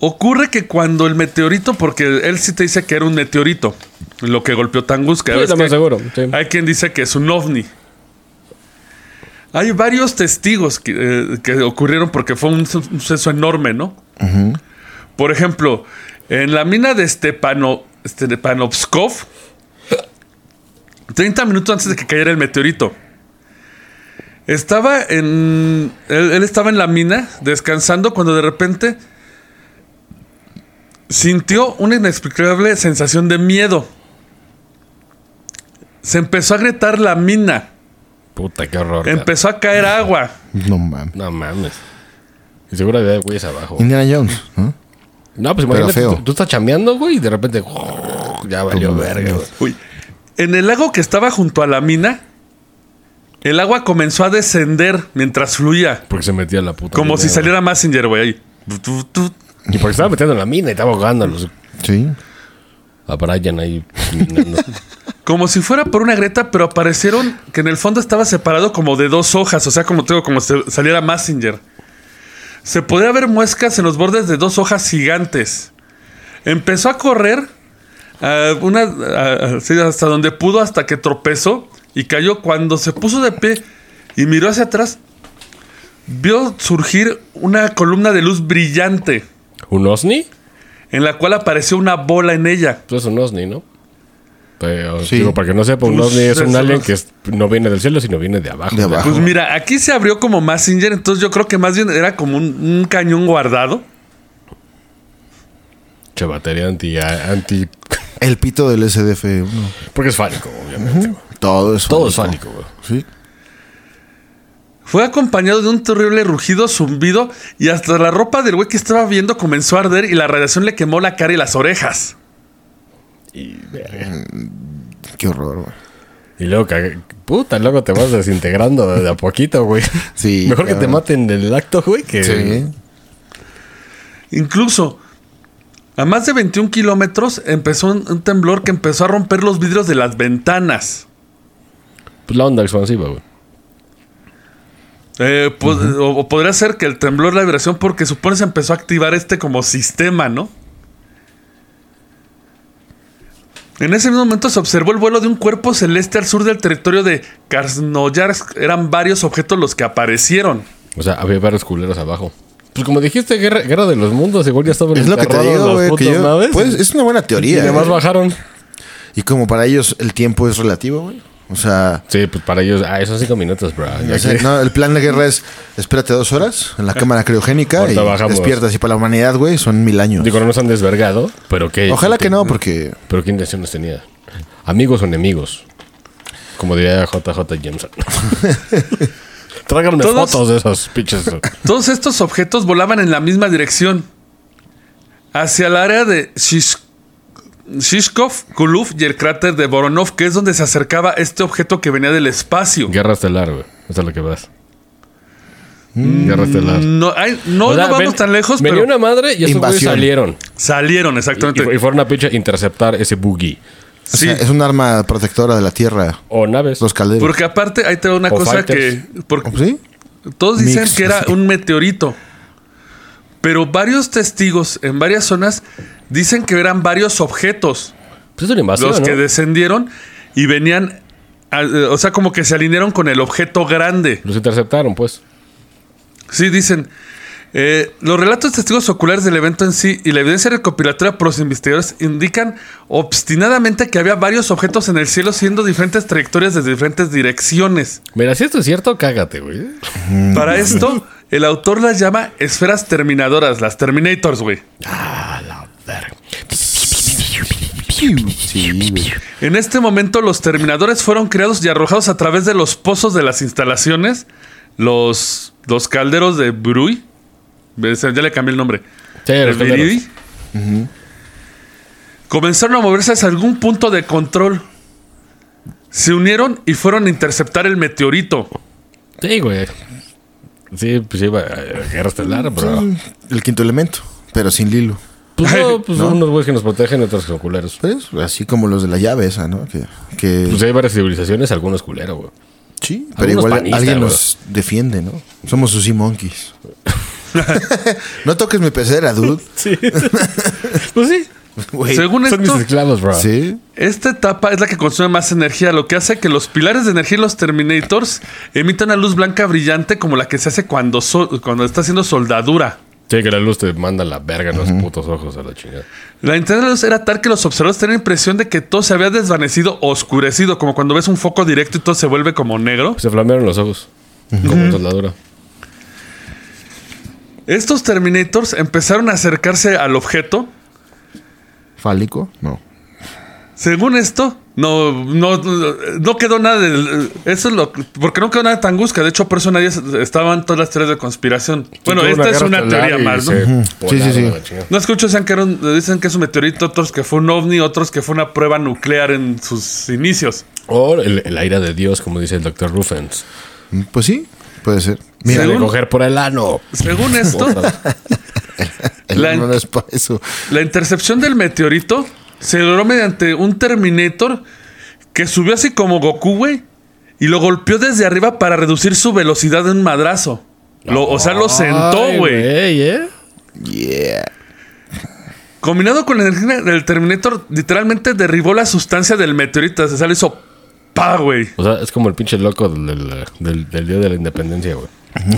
Ocurre que cuando el meteorito, porque él sí te dice que era un meteorito, lo que golpeó Tunguska.
Sí,
¿ves
también
que
seguro, sí.
Hay quien dice que es un ovni. Hay varios testigos que, eh, que ocurrieron porque fue un su- un suceso enorme, ¿no? Por ejemplo, en la mina de Stepano, Stepanovskov, 30 minutos antes de que cayera el meteorito. Estaba en. Él, él estaba en la mina descansando cuando de repente sintió una inexplicable sensación de miedo. Se empezó a agrietar la mina.
Puta, qué horror. cara.
Empezó a caer agua.
No mames.
No mames. Y seguro había güeyes abajo.
Indiana Jones, ¿no?
No, pues imagínate,
Mm, feo.
Tú, tú estás chambeando, güey, y de repente... ¡oh! Ya valió verga, güey.
Uy. En el lago que estaba junto a la mina, el agua comenzó a descender mientras fluía.
Porque se metía en la puta.
Como
mina,
si
güey.
saliera Massinger, güey. ahí. Tu, tu, tu.
Y porque estaba metiendo en la mina y estaba ahogando a los...
Sí.
A Brian ahí. minando.
Como si fuera por una grieta, pero aparecieron que en el fondo estaba separado como de dos hojas, o sea, como te digo, como si saliera Massinger. Se podía ver muescas en los bordes de dos hojas gigantes. Empezó a correr a una, a- a- sí, hasta donde pudo, hasta que tropezó y cayó. Cuando se puso de pie y miró hacia atrás, vio surgir una columna de luz brillante,
¿Un osni?
en la cual apareció una bola en ella.
Pues es un osni, ¿no? Pero,
Sí.
digo, para que no sepa, un
Pues,
ovni es un
eso
alien
es-
que es- no viene del cielo, sino viene de abajo.
De abajo.
Pues mira, aquí se abrió como Massinger, entonces yo creo que más bien era como un, un cañón guardado.
Che, batería Pues, anti, anti...
El pito del SDF-1.
Porque es fálico, obviamente. güey.
Todo es
Todo es fálico, güey.
Sí.
Fue acompañado de un terrible rugido, zumbido y hasta la ropa del güey que estaba viendo comenzó a arder y la radiación le quemó la cara y las orejas.
Qué horror, güey.
Y luego, cagué- puta, luego te vas desintegrando de a poquito, güey.
Sí,
Mejor que
claro.
te maten del acto, güey, que...
Sí.
Incluso a más de 21 kilómetros empezó un, un temblor que empezó a romper los vidrios de las ventanas.
Pues la onda expansiva, güey.
Eh, po- o, o podría ser que el temblor, la vibración, porque supone se empezó a activar este como sistema, ¿no? En ese mismo momento se observó el vuelo de un cuerpo celeste al sur del territorio de Krasnoyarsk. Eran varios objetos los que aparecieron.
O sea, había varios culeros abajo. Pues como dijiste, guerra, guerra de los mundos, igual ya estaban
Es lo que te
enterrados
digo,
las
güey. que
putas
yo-
naves.
Pues es una buena
y
teoría.
además
¿eh?
bajaron.
Y como para ellos el tiempo es relativo, güey. O sea,
Sí, pues para ellos, ah, esos cinco minutos, bro. Ya
o sea,
que-
no, el plan de guerra es espérate dos horas en la cámara criogénica y
Ahorita bajamos.
despiertas. Y para la humanidad, güey, son mil años.
Digo, no nos han desvergado, pero qué.
Ojalá que no, porque
Pero qué intenciones tenía. Amigos o enemigos. Como diría JJ Jameson. Tráiganme
Todos-
fotos de esos pinches.
Todos estos objetos volaban en la misma dirección. Hacia el área de Shish- Shishkov, Kuluf y el cráter de Voronov, que es donde se acercaba este objeto que venía del espacio.
Guerra estelar, güey. Eso es lo que vas. Guerra estelar.
Mm. No, ay, no,
O sea,
no vamos
ven-
tan lejos,
Venía
pero
una madre y esos güeyes
Invasión.
salieron.
salieron
Y,
exactamente.
fu- y fueron a pinche interceptar ese buggy.
o
Sí,
sea, es un arma protectora de la tierra.
O naves.
Los calderos. Oh, pues
porque aparte ahí te va una
O
cosa
fighters.
que porque
¿Sí?
todos dicen
Mix.
que era un meteorito, pero varios testigos en varias zonas dicen que eran varios objetos
Pues es una invasión,
los
¿no?
que descendieron y venían, al- eh, o sea, como que se alinearon con el objeto grande.
Los interceptaron, pues.
Sí, dicen. eh, los relatos testigos oculares del evento en sí y la evidencia recopilatoria por los investigadores indican obstinadamente que había varios objetos en el cielo siendo diferentes trayectorias desde diferentes direcciones.
Mira, si esto es cierto, cágate, güey.
Para esto, el autor las llama esferas terminadoras, las Terminators, güey.
Ah,
Sí, güey.
En este momento, los terminadores fueron creados y arrojados a través de los pozos de las instalaciones, los, los calderos de Brui. Ves, Ya le cambié el nombre.
Sí, Eh, los
El
calderos.
Viridi. Comenzaron a moverse hacia algún punto de control. se unieron y fueron a interceptar el meteorito.
Sí, güey. Sí, pues iba a guerra estelar, pero.
El quinto elemento, pero sin Lilo.
Pues no, pues unos güeyes que nos protegen y otros que son culeros.
Pues así como los de la llave esa, ¿no? Que, que-
Pues hay varias civilizaciones, algunos culeros, güey.
sí, pero
algunos
igual
panistas,
alguien
güey.
nos defiende, ¿no? Somos sus monkeys. no toques mi pecera, dude.
Sí. pues sí.
Güey.
Según
Son mis
esto,
esclavos, bro.
Pues Sí.
esta etapa es la que consume más energía, lo que hace que los pilares de energía y los Terminators emitan una luz blanca brillante como la que se hace cuando, sol- cuando está haciendo soldadura.
Sí, que la luz te manda la verga en los putos ojos a la chingada.
La intensidad de la luz era tal que los observadores tenían la impresión de que todo se había desvanecido, oscurecido, como cuando ves un foco directo y todo se vuelve como negro.
Se flamearon los ojos. Como en soldadura.
Estos Terminators empezaron a acercarse al objeto.
¿Fálico? No.
Según esto, no, no, no quedó nada del- Eso es lo. Porque no quedó nada de Tanguska. De hecho, por eso nadie estaban todas las teorías de conspiración. bueno,
Sí, tuvo
esta es
guerra
una
estelar
teoría
y
más, ¿no?
se
Sí, sí, sí.
volaron a la chingada.
No escucho, dicen que, era un- dicen que es un meteorito, otros que fue un ovni, otros que fue una prueba nuclear en sus inicios.
O el, el aire de Dios, como dice el doctor Ruffens.
Mm, Pues sí, puede ser. Mira,
Mira, de
Según-
coger por el ano.
Según esto.
el
la-
no es para eso.
La intercepción del meteorito se logró mediante un Terminator que subió así como Goku, güey, y lo golpeó desde arriba para reducir su velocidad de un madrazo. Lo- o sea, lo sentó,
Ay,
güey.
¿eh?
Yeah.
Combinado con la energía del Terminator, literalmente derribó la sustancia del meteorito. Se sale hizo pa, güey.
O sea, es como el pinche loco del, del- del- del día de la independencia, güey.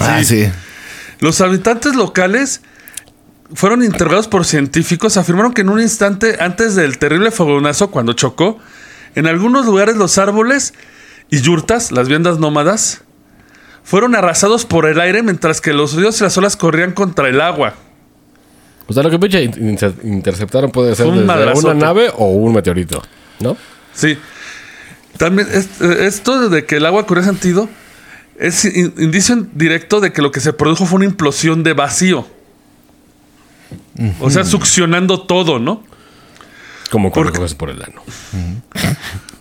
Ah, sí.
Los habitantes locales fueron interrogados por científicos. Afirmaron que en un instante antes del terrible fogonazo, cuando chocó, en algunos lugares los árboles y yurtas, las viandas nómadas, fueron arrasados por el aire mientras que los ríos y las olas corrían contra el agua.
O sea, lo que pinche in- inter- interceptaron puede ser
Fue un
desde
madrazote.
una nave o un meteorito, ¿no?
Sí. También es- eh, esto de que el agua corría sentido es in- indicio directo de que lo que se produjo fue una implosión de vacío. O sea, succionando todo, ¿no?
Como cuando
Porque-
coges por el ano.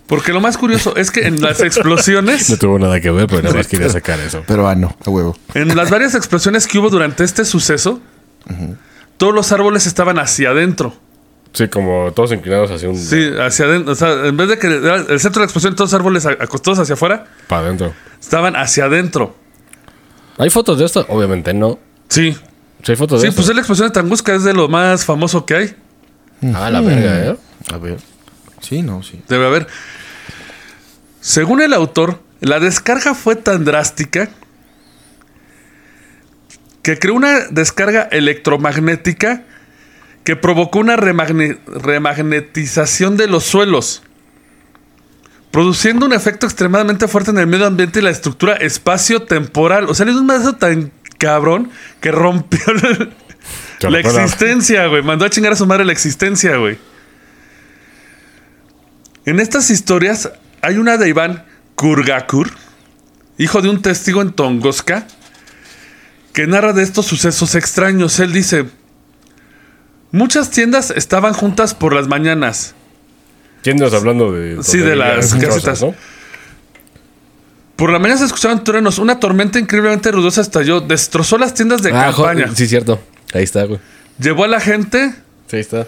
Porque lo más curioso es que en las
No
explosiones,
tuvo nada que ver, pero nada más quería sacar eso.
Pero ah, no, a huevo.
en las varias explosiones que hubo durante este suceso, todos los árboles estaban hacia adentro.
Sí, como todos inclinados hacia un...
Sí, hacia adentro. O sea, en vez de que era el centro de la explosión, todos los árboles a- acostados hacia afuera,
Para adentro.
estaban hacia adentro.
¿Hay fotos de esto? Obviamente no.
Sí.
¿Sí hay fotos de
Sí,
esto?
pues es la explosión de Tanguska es de lo más famoso que hay.
Ah, la verga, ¿eh?
A ver. Sí, no, sí.
Debe haber. Según el autor, la descarga fue tan drástica que creó una descarga electromagnética que provocó una remagne- remagnetización de los suelos, produciendo un efecto extremadamente fuerte en el medio ambiente y la estructura espacio-temporal. O sea, le dio un madrazo tan cabrón que rompió la-
Te
la
lo puedo-
existencia, güey. Mandó a chingar a su madre la existencia, güey. En estas historias hay una de Iván Kurgakur, hijo de un testigo en Tunguska, que narra de estos sucesos extraños. Él dice, muchas tiendas estaban juntas por las mañanas.
Tiendas hablando de...
Sí, de las casitas.
¿no?
Por la mañana se escuchaban truenos. Una tormenta increíblemente ruidosa estalló, destrozó las tiendas de
Ah, jo-
campaña.
sí, cierto. Ahí está, güey.
Llevó a la gente
Sí, ahí está.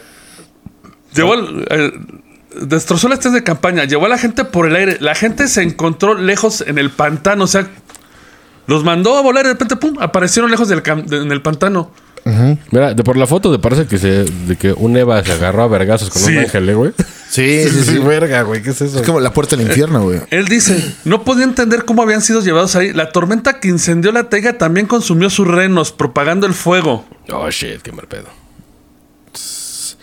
Llevó al- al- destrozó las tiendas de campaña, llevó a la gente por el aire. La gente se encontró lejos en el pantano, o sea, los mandó a volar y de repente, pum, aparecieron lejos del cam- de- en el pantano.
Mira, de por la foto te parece que se, de que un Eva se agarró a vergazos con
Sí.
un ángel, ¿eh, güey.
Sí, sí, sí.
verga, güey, ¿qué es eso?
Es como la puerta del infierno, güey.
Él dice, no podía entender cómo habían sido llevados ahí. La tormenta que incendió la tega también consumió sus renos, propagando el fuego.
Oh, shit, qué mal pedo.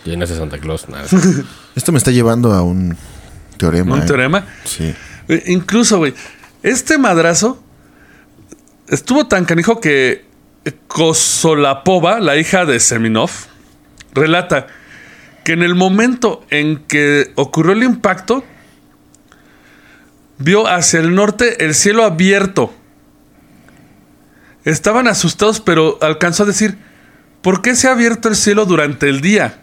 Llenas de Santa Claus, nada.
Esto me está llevando a un teorema.
Un
¿eh?
teorema.
Sí.
Eh, Incluso, güey, este madrazo estuvo tan canijo que Kosolapova, la hija de Seminov, relata que en el momento en que ocurrió el impacto, vio hacia el norte el cielo abierto. Estaban asustados, pero alcanzó a decir, ¿por qué se ha abierto el cielo durante el día?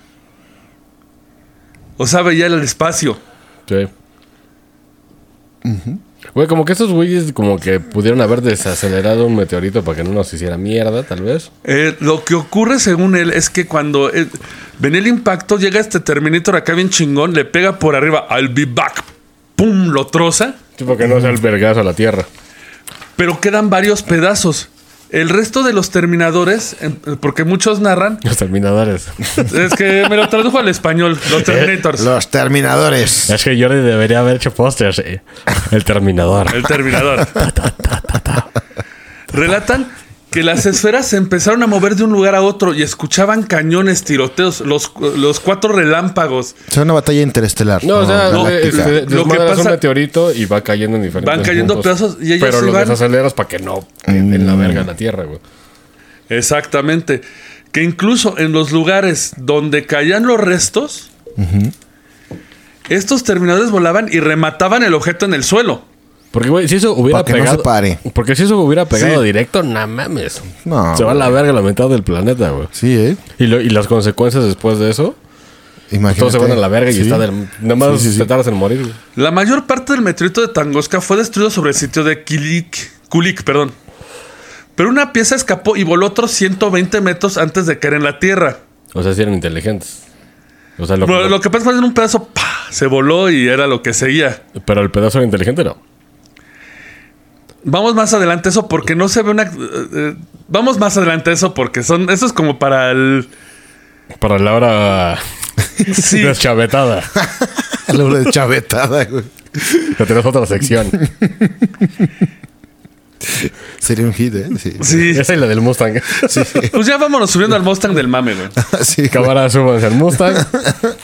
O sea, veía el espacio.
Sí. Güey, como que esos güeyes como que pudieron haber desacelerado un meteorito para que no nos hiciera mierda, tal vez.
Eh, lo que ocurre, según él, es que cuando eh, venía el impacto, llega este Terminator acá bien chingón, le pega por arriba, I'll be back, pum, lo troza,
Sí, porque no sea el vergazo a la tierra.
pero quedan varios pedazos. El resto de los terminadores, em, porque muchos narran,
Los terminadores.
es que me lo tradujo al español, los Terminators.
Los terminadores.
es que Jordi debería haber hecho pósters. eh. El terminador.
El Terminador. Relatan que las esferas se empezaron a mover de un lugar a otro y escuchaban cañones, tiroteos, los, los cuatro relámpagos.
O sea, una batalla interestelar.
No, o sea,
no,
eh,
galáctica.
este,
Lo que
desmadras
pasa-
un meteorito y va cayendo en diferentes
Van cayendo
puntos.
pedazos y ellos
Pero
se
los
van-
desaceleras para que no eh, en, en la
Mm.
verga la tierra, güey.
Exactamente. Que incluso en los lugares donde caían los restos, estos terminadores volaban y remataban el objeto en el suelo.
Porque, güey, si eso hubiera
Pa' que no
pegado.
se pare.
Porque si eso hubiera pegado
Sí.
directo, no mames.
No,
Se va a la verga la mitad del planeta, güey.
Sí, ¿eh?
Y, lo- y las consecuencias después de eso,
Imagínate.
todos se van a la verga y
Sí.
está del. Nada más
Sí, sí, sí.
te tardas en morir, güey.
La mayor parte del meteorito de Tangoska fue destruido sobre el sitio de Kilik, Kulik, perdón. Pero una pieza escapó y voló otros 120 metros antes de caer en la tierra.
O sea, si eran inteligentes. O sea, lo,
Bueno, lo que pasa fue que en un pedazo ¡pa! se voló y era lo que seguía.
Pero el pedazo era inteligente, no.
Vamos más adelante eso porque no se ve una. eh, eh, vamos más adelante eso porque son. Eso es como para el.
Para la hora
Sí.
deschavetada.
La hora de chavetada, güey.
Ya tenemos otra sección.
Sería un hit, ¿eh? Sí.
Sí.
Esa y la del Mustang.
Pues ya vámonos subiendo al Mustang del mame, güey.
Sí, güey.
Cámara, súbanse al Mustang.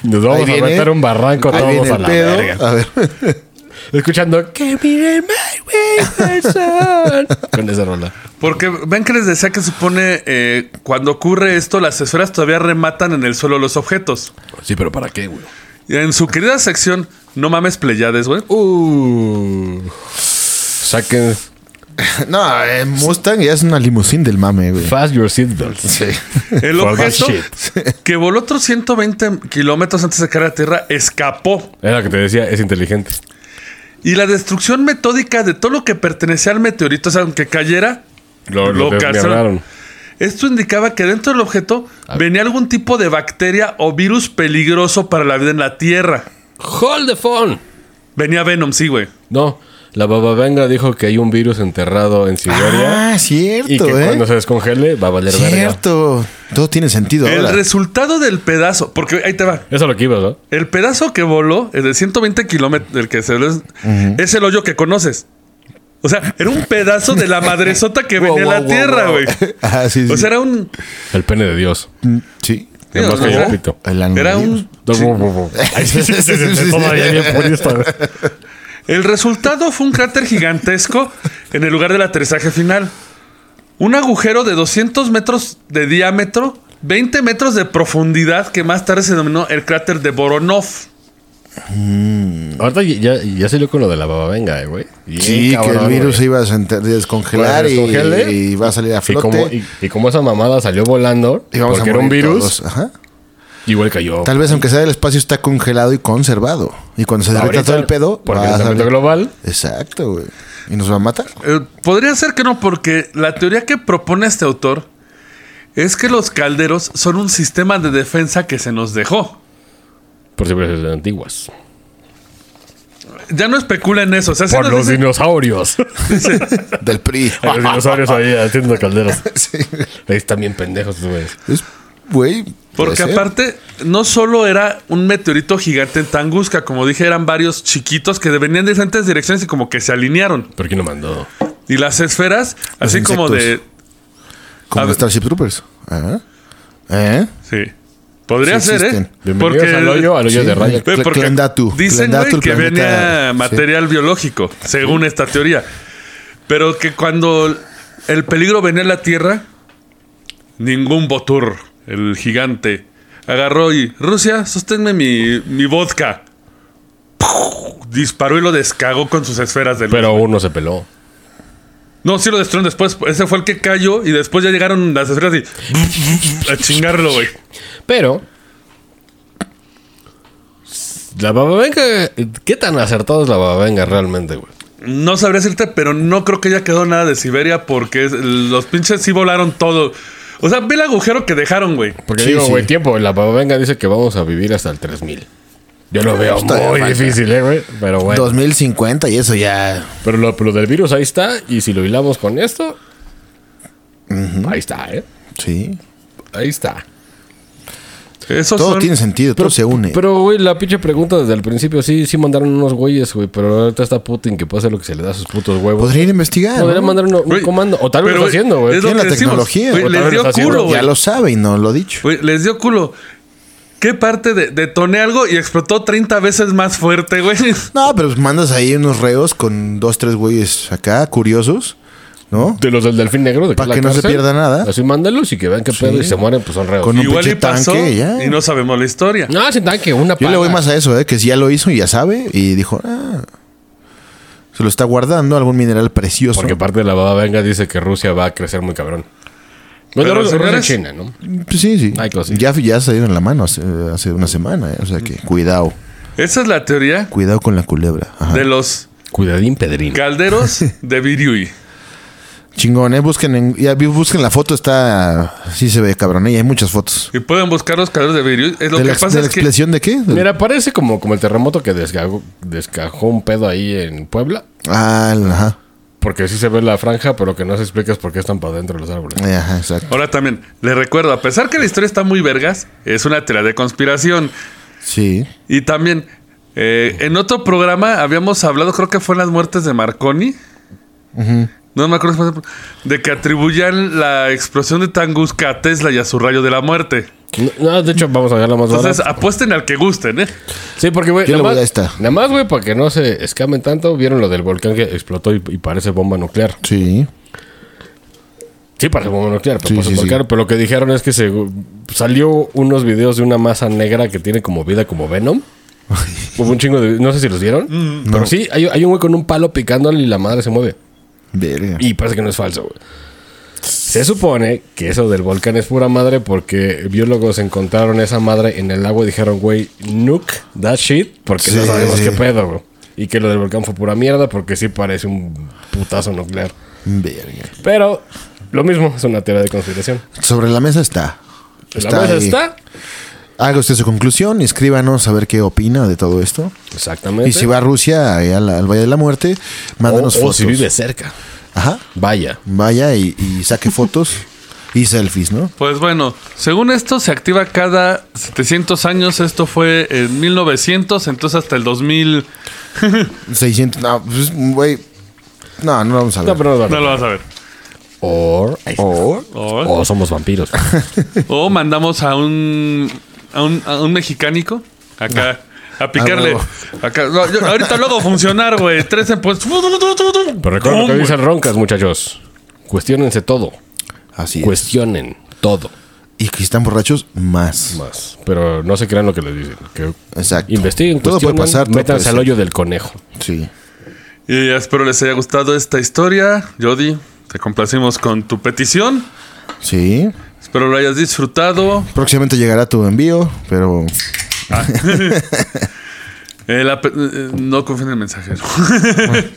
Nos vamos
Ahí
a
viene.
meter un barranco
Ahí
todos
viene
a
el
la
pedo. Ah.
verga.
A ver.
Escuchando Que mire my way, my son". Con esa rola.
Porque ven que les decía que supone eh, cuando ocurre esto, las esferas todavía rematan en el suelo los objetos.
Sí, pero ¿para qué, güey?
Y en su querida sección, no mames pleyades, güey.
Uh. Saquen
No, eh, Mustang ya es una limusín del mame, güey.
Fast Your Seatbelts.
Sí.
El
For that
objeto
shit.
que voló otros 120 kilómetros antes de caer a la Tierra escapó.
Era lo que te decía, es inteligente.
Y la destrucción metódica de todo lo que pertenecía al meteorito, o sea, aunque cayera,
Lo,
Lo
lo,
que hacen-
desmierdaron.
esto indicaba que dentro del objeto venía algún tipo de bacteria o virus peligroso para la vida en la Tierra.
Hold the phone.
Venía Venom, sí, güey.
No, la babavenga dijo que hay un virus enterrado en Siberia.
Ah,
y que
cierto, ¿eh?
cuando se descongele va a valer verga.
Cierto. Todo tiene sentido
El
ahora.
resultado del pedazo, porque ahí te va.
Eso es lo que ibas, ¿no?
El pedazo que voló, el de 120 kilómetros, el que se les- es el hoyo que conoces. O sea, era un pedazo de la madresota que venía
Wow,
a la
wow,
tierra,
wow,
güey.
wow. Ah, sí, sí.
O sea, era un.
El pene de Dios.
Sí.
Nada más
o
que hay
sea,
un pito.
El ano
Era
de Dios.
un.
Ay, sí, sí, sí, sí, sí, todavía bien purista, güey.
El resultado fue un cráter gigantesco en el lugar del aterrizaje final. Un agujero de 200 metros de diámetro, 20 metros de profundidad, que más tarde se denominó el cráter de Voronov.
Ahorita ya, ya salió con lo de la babavenga, eh, güey. Bien
Sí,
cabrón,
que el virus se
güey.
iba a sent- descongelar y,
Cuando se descongele,
y va a salir a
y
flote.
como, y, y como esa mamada salió volando,
y vamos
porque
a
era un
morir
virus,
todos. Ajá.
igual cayó.
Tal vez aunque sea el espacio está congelado y conservado. Y cuando se derrita
Ahorita,
todo el pedo,
por
va a
calentamiento
salir-
global.
Exacto, güey. Y nos va a matar.
Eh, podría ser que no, porque la teoría que propone este autor es que los calderos son un sistema de defensa que se nos dejó.
Por civilizaciones antiguas.
Ya no especula en eso. O sea, si
Por
nos
los
dicen-
dinosaurios.
Del PRI.
Hay los dinosaurios ahí haciendo calderas.
Sí.
Ahí están bien pendejos, güey.
Es- Güey. puede
porque
ser.
aparte, no solo era un meteorito gigante en Tanguska, como dije, eran varios chiquitos que venían de diferentes direcciones y como que se alinearon.
¿Por qué no mandó?
Y las esferas, así como de.
insectos. Como
a ver.
Starship Troopers. Ajá. ¿Eh?
Sí. Podría
Sí
ser, ¿eh?
existen.
Bienvenidos al hoyo, al hoyo
Sí.
de raya.
Güey,
Cl-
porque
Clendatu.
Dicen güey,
Clendatu, el
que
planeta-
venía
sí.
material biológico, según esta teoría. Pero que cuando el peligro venía a la Tierra, ningún Botur, el gigante, agarró y Rusia, sosténme mi, mi vodka. ¡Puf! Disparó y lo descagó con sus esferas de luz.
Pero uno se peló.
no, sí lo destruyeron después. Ese fue el que cayó y después ya llegaron las esferas y a chingarlo, güey.
Pero La babavenga, ¿qué tan acertado es la babavenga realmente, güey?
No sabría decirte, pero no creo que haya quedado nada de Siberia porque es- los pinches sí volaron todo. O sea, ve el agujero que dejaron, güey.
Porque
Sí,
digo,
sí.
güey, tiempo. La babavenga dice que vamos a vivir hasta el 3000. Yo lo veo
Está
muy
bien,
difícil, eh, güey. Pero bueno.
2050 y eso ya.
Pero lo, lo del virus ahí está. Y si lo hilamos con esto. Ahí está, eh.
Sí.
Ahí está.
Eso
Todo
son-
tiene sentido, todo se une.
Pero, güey, la pinche pregunta desde el principio. Sí, sí mandaron unos güeyes, güey. Pero ahorita está Putin que puede hacer lo que se le da a sus putos huevos.
Podría ir a investigar.
Podría
¿no?
mandar uno- un
Güey,
comando. O tal vez
pero,
lo está haciendo,
es
güey.
lo
Tiene
que
la
decimos.
tecnología.
Güey,
O tal
les
vez
dio
lo está
culo,
haciendo.
güey.
Ya lo sabe y no lo ha dicho.
Güey, les dio culo. ¿Qué parte de, detoné algo y explotó 30 veces más fuerte, güey?
No, pero pues mandas ahí unos reos con dos, tres güeyes acá, curiosos, ¿no?
De los del delfín negro. de
Pa'
la
que no se
cárcel.
pierda nada.
Así mándalos y que vean qué pedo y se mueren, pues son reos.
Con un
Igual y
pinche
pasó
tanque, ya.
y no sabemos la historia.
No, sin tanque, una
Yo le voy
pala.
más a eso, ¿eh? Que si ya lo hizo y ya sabe y dijo, ah, se lo está guardando algún mineral precioso.
Porque parte de la baba venga dice que Rusia va a crecer muy cabrón. Bueno,
Pero,
Rusia Rusia y
señores-
China, ¿no?
Pues sí, sí.
Ay, cosita.
Ya, ya se dieron la mano hace, hace una semana, ¿eh? O sea que cuidado,
Esa es la teoría
cuidado con la culebra. Ajá.
de los
Cuidadín, Pedrín.
calderos de Viriui.
Chingón, ¿eh? Busquen, en- ya vi- busquen la foto, está... Sí se ve, cabrón, ¿eh? Y hay muchas fotos.
Y pueden buscar los calderos de Viriui. Es lo
¿De
que
la,
pasa
de la
es que
explosión de qué? Del-
Mira, parece como, como el terremoto que descagó- descajó un pedo ahí en Puebla.
Ah, el- ajá.
Porque sí se ve la franja, pero que no se explica es por qué están para dentro los árboles.
Eh, Ajá, exacto.
Ahora también, les recuerdo, a pesar que la historia está muy vergas, es una teoría de conspiración.
Sí.
Y también, eh, en otro programa habíamos hablado, creo que fue en las muertes de Marconi. No me acuerdo, si fue- de que atribuían la explosión de Tunguska a Tesla y a su rayo de la muerte.
No, no, de hecho, vamos a dejarla más
Entonces,
barata.
apuesten al que gusten, ¿eh?
Sí, porque, güey,
Yo
nada
le voy
más-
a esta.
Nada más, güey, para que no se escamen tanto, vieron lo del volcán que explotó y, y parece bomba nuclear.
Sí.
Sí, parece bomba nuclear, pero,
Sí,
parece
sí, sí.
volcán, pero lo que dijeron es que se, salió unos videos de una masa negra que tiene como vida como Venom. Hubo un chingo de... No sé si los vieron, pero sí, hay, hay un güey con un palo picándole y la madre se mueve.
Verga.
Y parece que no es falso, güey. Se supone que eso del volcán es pura madre porque biólogos encontraron esa madre en el lago y dijeron, güey, nuke that shit porque no
Sí,
sabemos
sí.
qué pedo, güey. Y que lo del volcán fue pura mierda porque sí parece un putazo nuclear.
Verga.
Pero lo mismo, es una teoría de conspiración.
Sobre la mesa está.
la mesa
ahí.
está.
Haga usted su conclusión, escríbanos a ver qué opina de todo esto.
Exactamente.
Y si va a Rusia, ahí al, al Valle de la Muerte, mándanos
o, o
fotos.
si vive cerca.
Ajá.
Vaya.
Vaya y, y saque fotos y selfies, ¿no?
Pues bueno, según esto se activa cada 700 años, esto fue en 1900, entonces hasta el 2000
600. No, pues, güey. No, no vamos a
No,
hablar.
pero no,
no lo vas a ver.
O,
O-
O,
o somos vampiros.
o mandamos a un, a un a un mexicánico acá a picarle.
Ah,
Acá, No, yo- ahorita luego funcionar, güey. Tres en pues.
Pero recuerden lo que dicen roncas, muchachos. Cuestiónense todo.
Pues
Así es.
Cuestionen todo.
Y que si están borrachos, más.
Más. Pero no se crean lo que les dicen. Que
Exacto.
investiguen,
Todo puede
cuestionen,
pasar. todo
métanse
puede
al
ser.
hoyo del conejo.
Sí.
Y espero les haya gustado esta historia. Jody, te complacimos con tu petición.
Sí.
Espero lo hayas disfrutado.
Próximamente llegará tu envío, pero
Eh, la pe- eh, no confíen en el mensajero.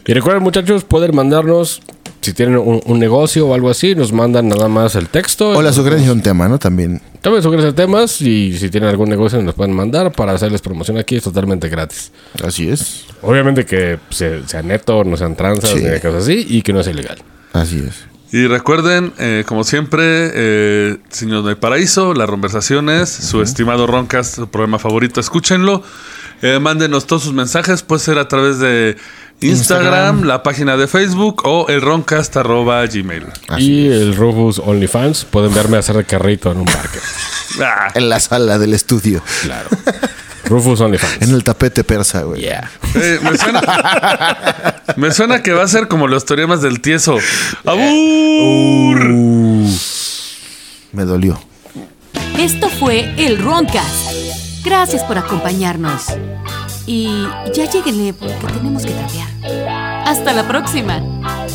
Y recuerden, muchachos, pueden mandarnos, si tienen un, un negocio o algo así, nos mandan nada más el texto.
O la sugerencia de un tema, ¿no? También.
También sugerencias de temas y si tienen algún negocio nos pueden mandar para hacerles promoción aquí. Es totalmente gratis.
Así es.
Obviamente que se, sea neto, no sean tranzas,
Sí.
ni cosas así, y que no sea ilegal.
Así es.
Y recuerden, eh, como siempre, eh, Señor del Paraíso, las conversaciones, su estimado Roncas, su programa favorito, escúchenlo. Eh, mándenos todos sus mensajes, puede ser a través de Instagram,
Instagram.
la página de Facebook o el roncast.gmail.
Así
y el Rufus OnlyFans pueden verme hacer de carrito en un parque.
Ah,
En la sala del estudio.
Claro. Rufus OnlyFans.
En el tapete persa, güey.
Yeah.
eh, me, suena, me suena que va a ser como los teoremas del tieso. ¡Abur!
Me dolió.
Esto fue el Roncast. Gracias por acompañarnos. eh, Y ya lleguenle porque tenemos que trapear. Hasta la próxima.